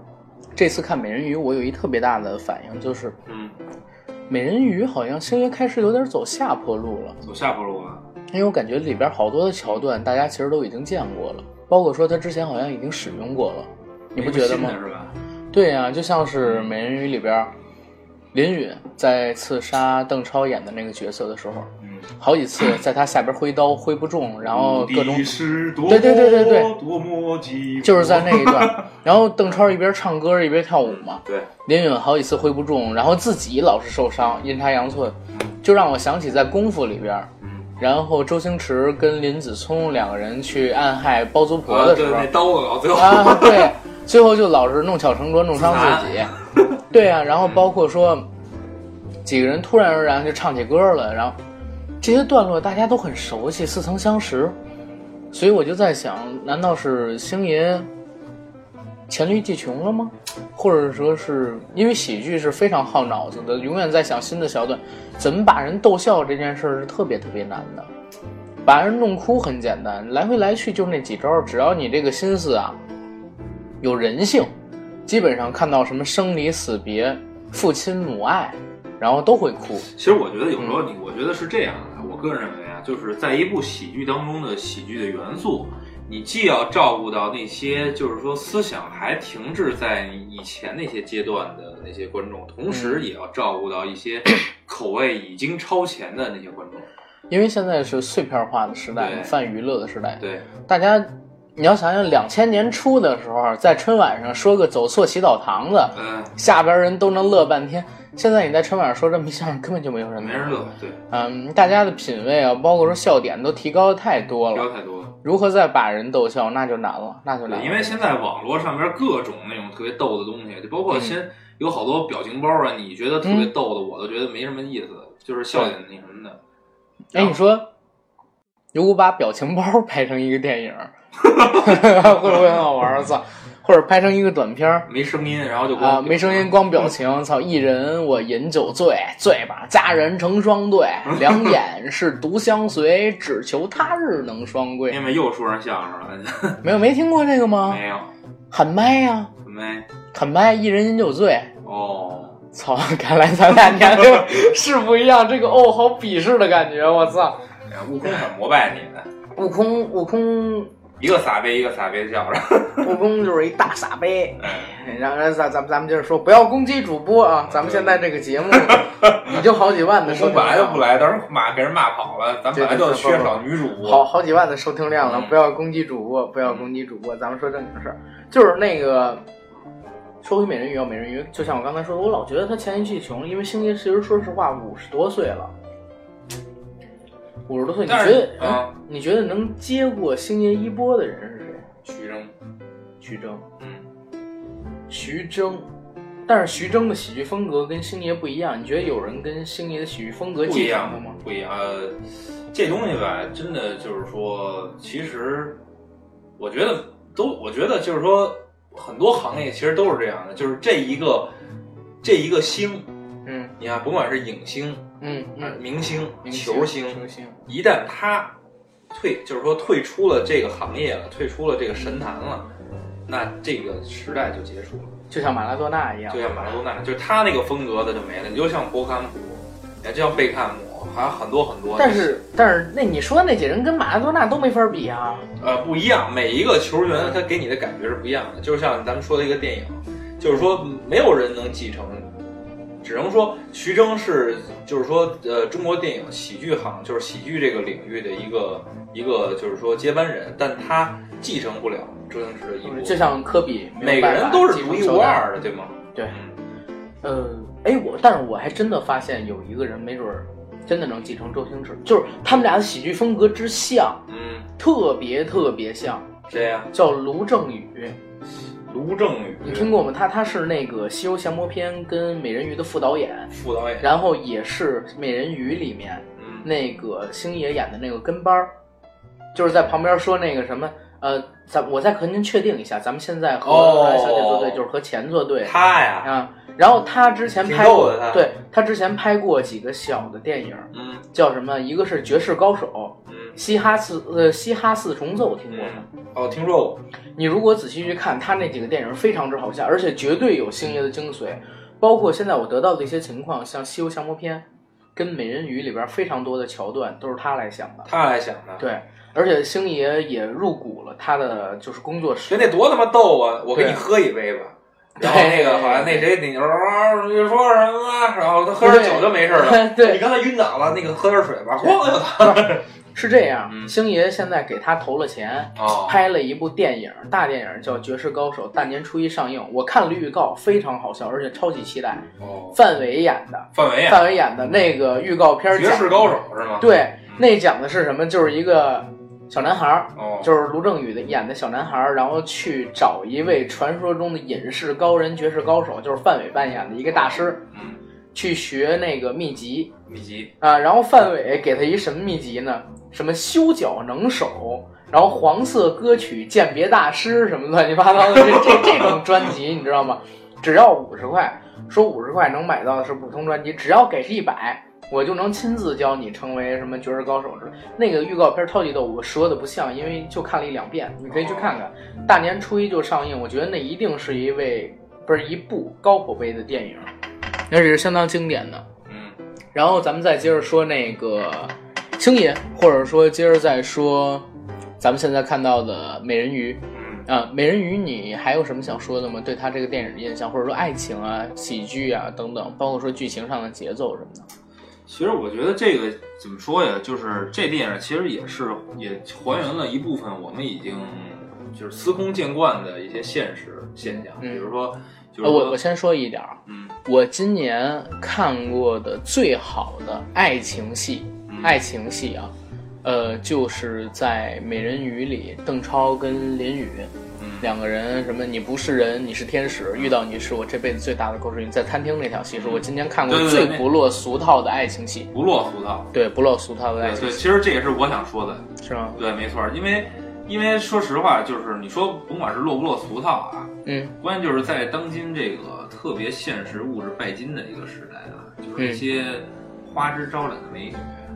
Speaker 1: 这次看美人鱼，我有一特别大的反应，就是
Speaker 2: 嗯，
Speaker 1: 美人鱼好像星爷开始有点走下坡路了。
Speaker 2: 走下坡路了。
Speaker 1: 因为我感觉里边好多的桥段，大家其实都已经见过了，包括说他之前好像已经使用过了，你不觉得吗
Speaker 2: 没？个新的是嗯吧？
Speaker 1: 对呀、就像是《美人鱼》里边，林允在刺杀邓超演的那个角色的时候，
Speaker 2: 嗯，
Speaker 1: 好几 次在他下边挥刀挥不中，然后哦各种
Speaker 2: 无敌是多
Speaker 1: 对对对对对，
Speaker 2: 多么寂寞
Speaker 1: 就是在那一 段，然后邓超一边唱歌一边跳舞嘛，
Speaker 2: 对，
Speaker 1: 林允好几次挥不中，然后自己老是受伤，阴差阳错，就让我想起在《功夫》里边，
Speaker 2: 嗯，
Speaker 1: 然后周星驰跟林子聪两个人去暗害包租婆
Speaker 2: 啊
Speaker 1: 的
Speaker 2: 对，
Speaker 1: 时候
Speaker 2: 那刀搞最后
Speaker 1: 啊，对，最后就老是弄巧成拙，弄伤自己。对啊，然后包括说几个人突然而然就唱起歌了，然后这些段落大家都很熟悉，似曾相识，所以我就在想，难道是星爷黔驴技穷了吗？或者说是因为喜剧是非常耗脑子的，永远在想新的桥段，怎么把人逗笑这件事儿是特别特别难的。把人弄哭很简单，来回来去就那几招，只要你这个心思啊有人性，基本上看到什么生离死别、父亲母爱，然后都会哭。
Speaker 2: 其实我觉得有时候你，我觉得是这样的，我个人认为啊，就是在一部喜剧当中的喜剧的元素，你既要照顾到那些就是说思想还停滞在以前那些阶段的那些观众，同时也要照顾到一些口味已经超前的那些观众。
Speaker 1: 因为现在是碎片化的时代，
Speaker 2: 对
Speaker 1: 泛娱乐的时代，
Speaker 2: 对，
Speaker 1: 大家。你要想想，两千年初的时候，啊在春晚上说个走错洗澡堂子，
Speaker 2: 嗯、
Speaker 1: 下边人都能乐半天。现在你在春晚上说这么一相声，根本就没有人
Speaker 2: 没人乐，对，
Speaker 1: 嗯，大家的品味啊，包括说笑点都提高的太多
Speaker 2: 不
Speaker 1: 了
Speaker 2: 要，太多了。
Speaker 1: 如何再把人逗笑，那就难了，那就难
Speaker 2: 对，
Speaker 1: 了。
Speaker 2: 因为现在网络上面各种那种特别逗的东西，就包括先有好多表情包啊，你觉得特别逗的，我都觉得没什么意思，就是笑点那什么的。
Speaker 1: 哎，你说，如果把表情包拍成一个电影 儿，会不会很好玩儿？操，或者拍成一个短片儿
Speaker 2: 没声音，然后就光嗯
Speaker 1: 啊，没声音光表情，操，一人我饮酒醉，醉把佳人成双 对，两眼是独相随，只求他日能双归。
Speaker 2: 因为又说上相声了，
Speaker 1: 没有没听过这个吗？
Speaker 2: 没有，
Speaker 1: 喊麦呀、
Speaker 2: 没
Speaker 1: 喊麦，一人饮酒醉，
Speaker 2: 哦，
Speaker 1: 操！看来咱俩年 龄是不一样，这个哦，好鄙视的感觉，我操！
Speaker 2: 哎呀悟空很膜拜你的，
Speaker 1: 悟空，悟空，
Speaker 2: 一个撒贝一个撒贝笑着，
Speaker 1: 悟空就是一大傻杯。然后咱咱咱们接着说，不要攻击主播
Speaker 2: 嗯
Speaker 1: 啊！咱们现在这个节目已经好几万的
Speaker 2: 悟
Speaker 1: 收
Speaker 2: 空
Speaker 1: 听
Speaker 2: 本来就不
Speaker 1: 量，
Speaker 2: 来，到时候骂给人骂跑了，咱本来就缺少女主
Speaker 1: 好
Speaker 2: 播，
Speaker 1: 好几万的收听量了。
Speaker 2: 嗯
Speaker 1: 不要攻击主播，不要攻击主播，咱们说正经事儿，就是那个。说回美人鱼啊，美人鱼就像我刚才说的，我老觉得他前一季穷，因为星爷其实说实话五十多岁了，五十多岁，你
Speaker 2: 但
Speaker 1: 觉得
Speaker 2: 是、
Speaker 1: 嗯
Speaker 2: 啊，
Speaker 1: 你觉得能接过星爷衣钵的人是谁？
Speaker 2: 徐峥，
Speaker 1: 徐峥。
Speaker 2: 嗯，
Speaker 1: 徐峥，但是徐峥的喜剧风格跟星爷不一样。你觉得有人跟星爷的喜剧风格
Speaker 2: 不一
Speaker 1: 继承
Speaker 2: 样
Speaker 1: 过吗？
Speaker 2: 不一样，呃，这东西吧，真的就是说，其实我觉得都，我觉得就是说，很多行业其实都是这样的，就是这一个这一个星，
Speaker 1: 嗯
Speaker 2: 你看，甭管是影星、
Speaker 1: 嗯嗯，
Speaker 2: 呃明星、
Speaker 1: 明
Speaker 2: 球
Speaker 1: 星
Speaker 2: 星，
Speaker 1: 球星，
Speaker 2: 一旦他退，就是说退出了这个行业了，退出了这个神坛了，
Speaker 1: 嗯
Speaker 2: 那这个时代就结束了。
Speaker 1: 就像马拉多纳一样
Speaker 2: 就。像马拉多纳，就是他那个风格的就没了。你就像博坎普，也就像贝坎姆，还有很多很多。
Speaker 1: 但是但是那你说那几人跟马拉多纳都没法比啊。
Speaker 2: 呃不一样，每一个球员他给你的感觉是不一样的。就像咱们说的一个电影，就是说没有人能继承。只能说徐峥是，就是说，呃，中国电影喜剧行，就是喜剧这个领域的一个一个，就是说接班人，但他继承不了周星驰的衣钵。
Speaker 1: 就像科比，没有
Speaker 2: 每个
Speaker 1: 办法
Speaker 2: 人都是
Speaker 1: 继承
Speaker 2: 独一
Speaker 1: 球
Speaker 2: 无
Speaker 1: 队。
Speaker 2: 二的，对吗？
Speaker 1: 对
Speaker 2: 嗯
Speaker 1: 呃，哎，我但是我还真的发现有一个人，没准儿真的能继承周星驰，就是他们俩的喜剧风格之像，
Speaker 2: 嗯，
Speaker 1: 特别特别像，
Speaker 2: 谁呀？
Speaker 1: 叫卢正雨。
Speaker 2: 卢正雨，
Speaker 1: 你听过吗？他他是那个《西游降魔篇》跟《美人鱼》的副导演，
Speaker 2: 副导演？
Speaker 1: 然后也是《美人鱼》里面
Speaker 2: 嗯，
Speaker 1: 那个星爷演的那个跟班儿，就是在旁边说那个什么，呃，咱我再和您确定一下，咱们现在和
Speaker 2: 哦
Speaker 1: 阮小姐作对，就是和钱作对
Speaker 2: 他呀，
Speaker 1: 啊。然后他之前
Speaker 2: 挺
Speaker 1: 拍过
Speaker 2: 逗的他，
Speaker 1: 对他之前拍过几个小的电影，
Speaker 2: 嗯
Speaker 1: 叫什么？一个是《绝世高手》，
Speaker 2: 嗯，
Speaker 1: 嘻哈四呃嘻哈四重奏，听过吗？
Speaker 2: 哦，听说过，
Speaker 1: 你如果仔细去看他那几个电影，非常之好笑，而且绝对有星爷的精髓。包括现在我得到的一些情况，像《西游降魔篇》跟《美人鱼》里边非常多的桥段都是他来想的。
Speaker 2: 他来想的，
Speaker 1: 对，而且星爷也入股了他的就是工作 室
Speaker 2: 人。那多他妈逗啊！我给你
Speaker 1: 对
Speaker 2: 喝一杯吧。
Speaker 1: 对
Speaker 2: 然后那个好像那谁，你说啊你说什么？啊然后他喝点酒就没事了。
Speaker 1: 对对
Speaker 2: 你刚才晕倒了，那个喝点水吧。 晃悠他。
Speaker 1: 是这样，
Speaker 2: 嗯
Speaker 1: 星爷现在给他投了钱，
Speaker 2: 哦
Speaker 1: 拍了一部电影，大电影叫《绝世高手》，大年初一上映。我看了预告，非常好笑，而且超级期待。
Speaker 2: 哦，
Speaker 1: 范伟演的，
Speaker 2: 范伟演
Speaker 1: 范伟演的那个预告片儿
Speaker 2: 《绝
Speaker 1: 讲
Speaker 2: 世高手》是吗？，
Speaker 1: 对，那讲的是什么？就是一个小男孩儿，
Speaker 2: 哦，
Speaker 1: 就是卢正雨的演的小男孩儿，然后去找一位传说中的隐士高人、绝世高手，就是范伟扮演的一个大师，
Speaker 2: 嗯，
Speaker 1: 去学那个秘籍
Speaker 2: 秘籍
Speaker 1: 啊。然后范伟给他一什么秘籍呢？什么修脚能手，然后黄色歌曲鉴别大师什么乱七八糟的这这这种专辑，你知道吗？只要五十块，说五十块能买到的是普通专辑，只要给是一百，我就能亲自教你成为什么绝世高手之类。那个预告片超级逗，我说的不像，因为就看了一两遍，你可以去看看。大年初一就上映，我觉得那一定是一位不是一部高口碑的电影，而且是相当经典的。
Speaker 2: 嗯，
Speaker 1: 然后咱们再接着说那个星爷，或者说接着再说咱们现在看到的美人鱼，
Speaker 2: 嗯，
Speaker 1: 啊，美人鱼，你还有什么想说的吗？对他这个电影的印象，或者说爱情啊、喜剧啊等等，包括说剧情上的节奏什么的。
Speaker 2: 其实我觉得这个怎么说呀，就是这电影其实也是也还原了一部分我们已经就是司空见惯的一些现实现象，
Speaker 1: 嗯
Speaker 2: 比如说就是
Speaker 1: 呃，我我
Speaker 2: 说
Speaker 1: 先说一点啊，
Speaker 2: 嗯
Speaker 1: 我今年看过的最好的爱情戏，
Speaker 2: 嗯
Speaker 1: 爱情戏啊，呃，就是在《美人鱼》里，邓超跟林雨
Speaker 2: 嗯
Speaker 1: 两个人，什么你不是人，你是天使，遇到你是我这辈子最大的构成你在餐厅那条戏是我今年看过
Speaker 2: 对对
Speaker 1: 最
Speaker 2: 对那
Speaker 1: 不落俗套的爱情戏，
Speaker 2: 不落俗套，
Speaker 1: 对，不落俗套的爱
Speaker 2: 对
Speaker 1: 情
Speaker 2: 对，
Speaker 1: 戏
Speaker 2: 其实这也是我想说的，
Speaker 1: 是吗？
Speaker 2: 对，没错，因为因为说实话，就是你说甭管是落不落俗套啊，
Speaker 1: 嗯，
Speaker 2: 关键就是在当今这个特别现实、物质拜金的一个时代啊，就是一些花枝招展的美女，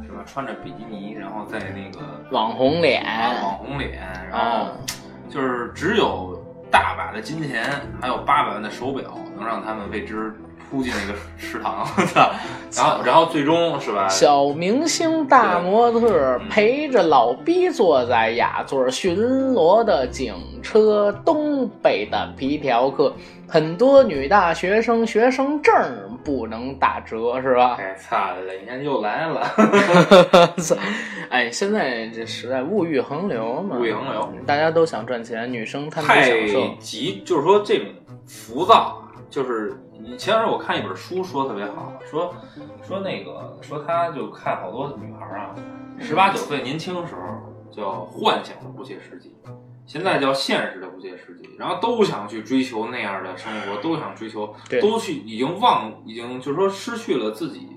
Speaker 2: 是吧？穿着比基尼，然后在那个
Speaker 1: 网红脸，
Speaker 2: 网红脸，然后就是只有大把的金钱，还有八百万的手表，能让他们为之扑进那个食堂。我操然后，然后最终是吧？
Speaker 1: 小明星大模特儿陪着老逼坐在雅座巡逻的警车，东北的皮条客，很多女大学生学生证儿不能打折，是 吧？
Speaker 2: 哎，操了，你看又来了，
Speaker 1: 哎，现在这时代物欲横流嘛，
Speaker 2: 物欲横流，
Speaker 1: 大家都想赚钱，女生贪图
Speaker 2: 太
Speaker 1: 享受，
Speaker 2: 急，就是说这种浮躁啊，就是你前两天我看一本书说特别好，说说那个说他就看好多女孩啊，十八九岁年轻时候叫幻想的不切实际，现在叫现实的不切实际，然后都想去追求那样的生活，都想追求，
Speaker 1: 对
Speaker 2: 都去已经忘，已经就是说失去了自己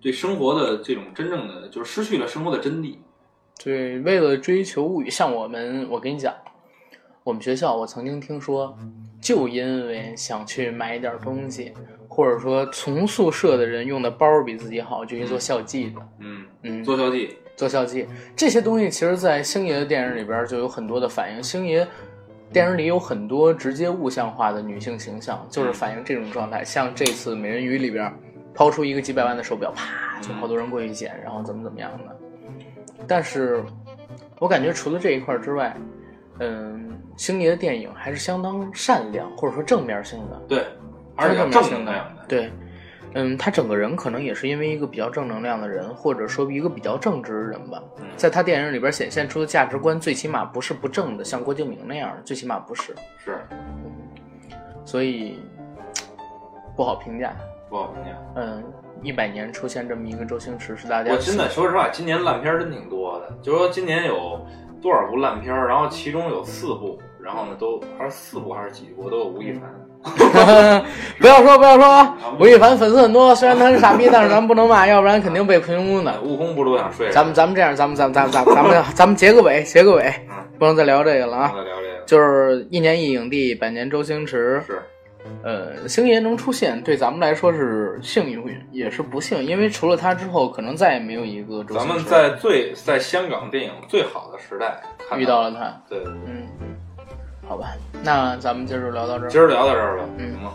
Speaker 2: 对生活的这种真正的，就是失去了生活的真谛。
Speaker 1: 对，为了追求物欲，像我们，我跟你讲，我们学校我曾经听说，就因为想去买点东西，或者说从宿舍的人用的包比自己好，就去做校际的，
Speaker 2: 嗯，
Speaker 1: 嗯，
Speaker 2: 做交际，
Speaker 1: 做校际这些东西，其实，在星爷的电影里边就有很多的反映。星爷电影里有很多直接物象化的女性形象，就是反映这种状态。像这次《美人鱼》里边，抛出一个几百万的手表，啪，就好多人过去捡，然后怎么怎么样的。但是，我感觉除了这一块之外，嗯，星爷的电影还是相当善良，或者说正面性的，
Speaker 2: 对，而且要
Speaker 1: 正
Speaker 2: 正能
Speaker 1: 面
Speaker 2: 量
Speaker 1: 性
Speaker 2: 的。
Speaker 1: 对。嗯，他整个人可能也是因为一个比较正能量的人，或者说一个比较正直的人吧，
Speaker 2: 嗯
Speaker 1: 在他电影里边显现出的价值观，最起码不是不正的，像郭敬明那样的，最起码不是，
Speaker 2: 是。
Speaker 1: 所以不好评价。
Speaker 2: 不好评价。
Speaker 1: 嗯，一百年出现这么一个周星驰是大家
Speaker 2: 我真的说实话，今年烂片儿真挺多的，就是说今年有多少部烂片儿，然后其中有四部，然后呢都还是四部还是几部都有吴亦凡。
Speaker 1: 嗯不要说不要说啊，吴亦凡粉丝很多，虽然他是傻逼，但是咱们不能骂，要不然肯定被评估的。
Speaker 2: 悟空不是都想睡？
Speaker 1: 咱们咱们这样，咱们咱们咱们咱们咱们咱们结个尾，结个尾，
Speaker 2: 嗯，
Speaker 1: 不能再聊这个了啊！
Speaker 2: 再聊这个
Speaker 1: 就是一年一影帝，百年周星驰，
Speaker 2: 是
Speaker 1: 呃，星爷能出现，对咱们来说是幸运，也是不幸，因为除了他之后，可能再也没有一个周星
Speaker 2: 咱
Speaker 1: 驰
Speaker 2: 们在最在香港电影最好的时代看
Speaker 1: 遇到了他。
Speaker 2: 对，
Speaker 1: 嗯，好吧，那咱们今儿就聊到这儿。
Speaker 2: 今儿聊到这儿吧，
Speaker 1: 嗯
Speaker 2: 行吗？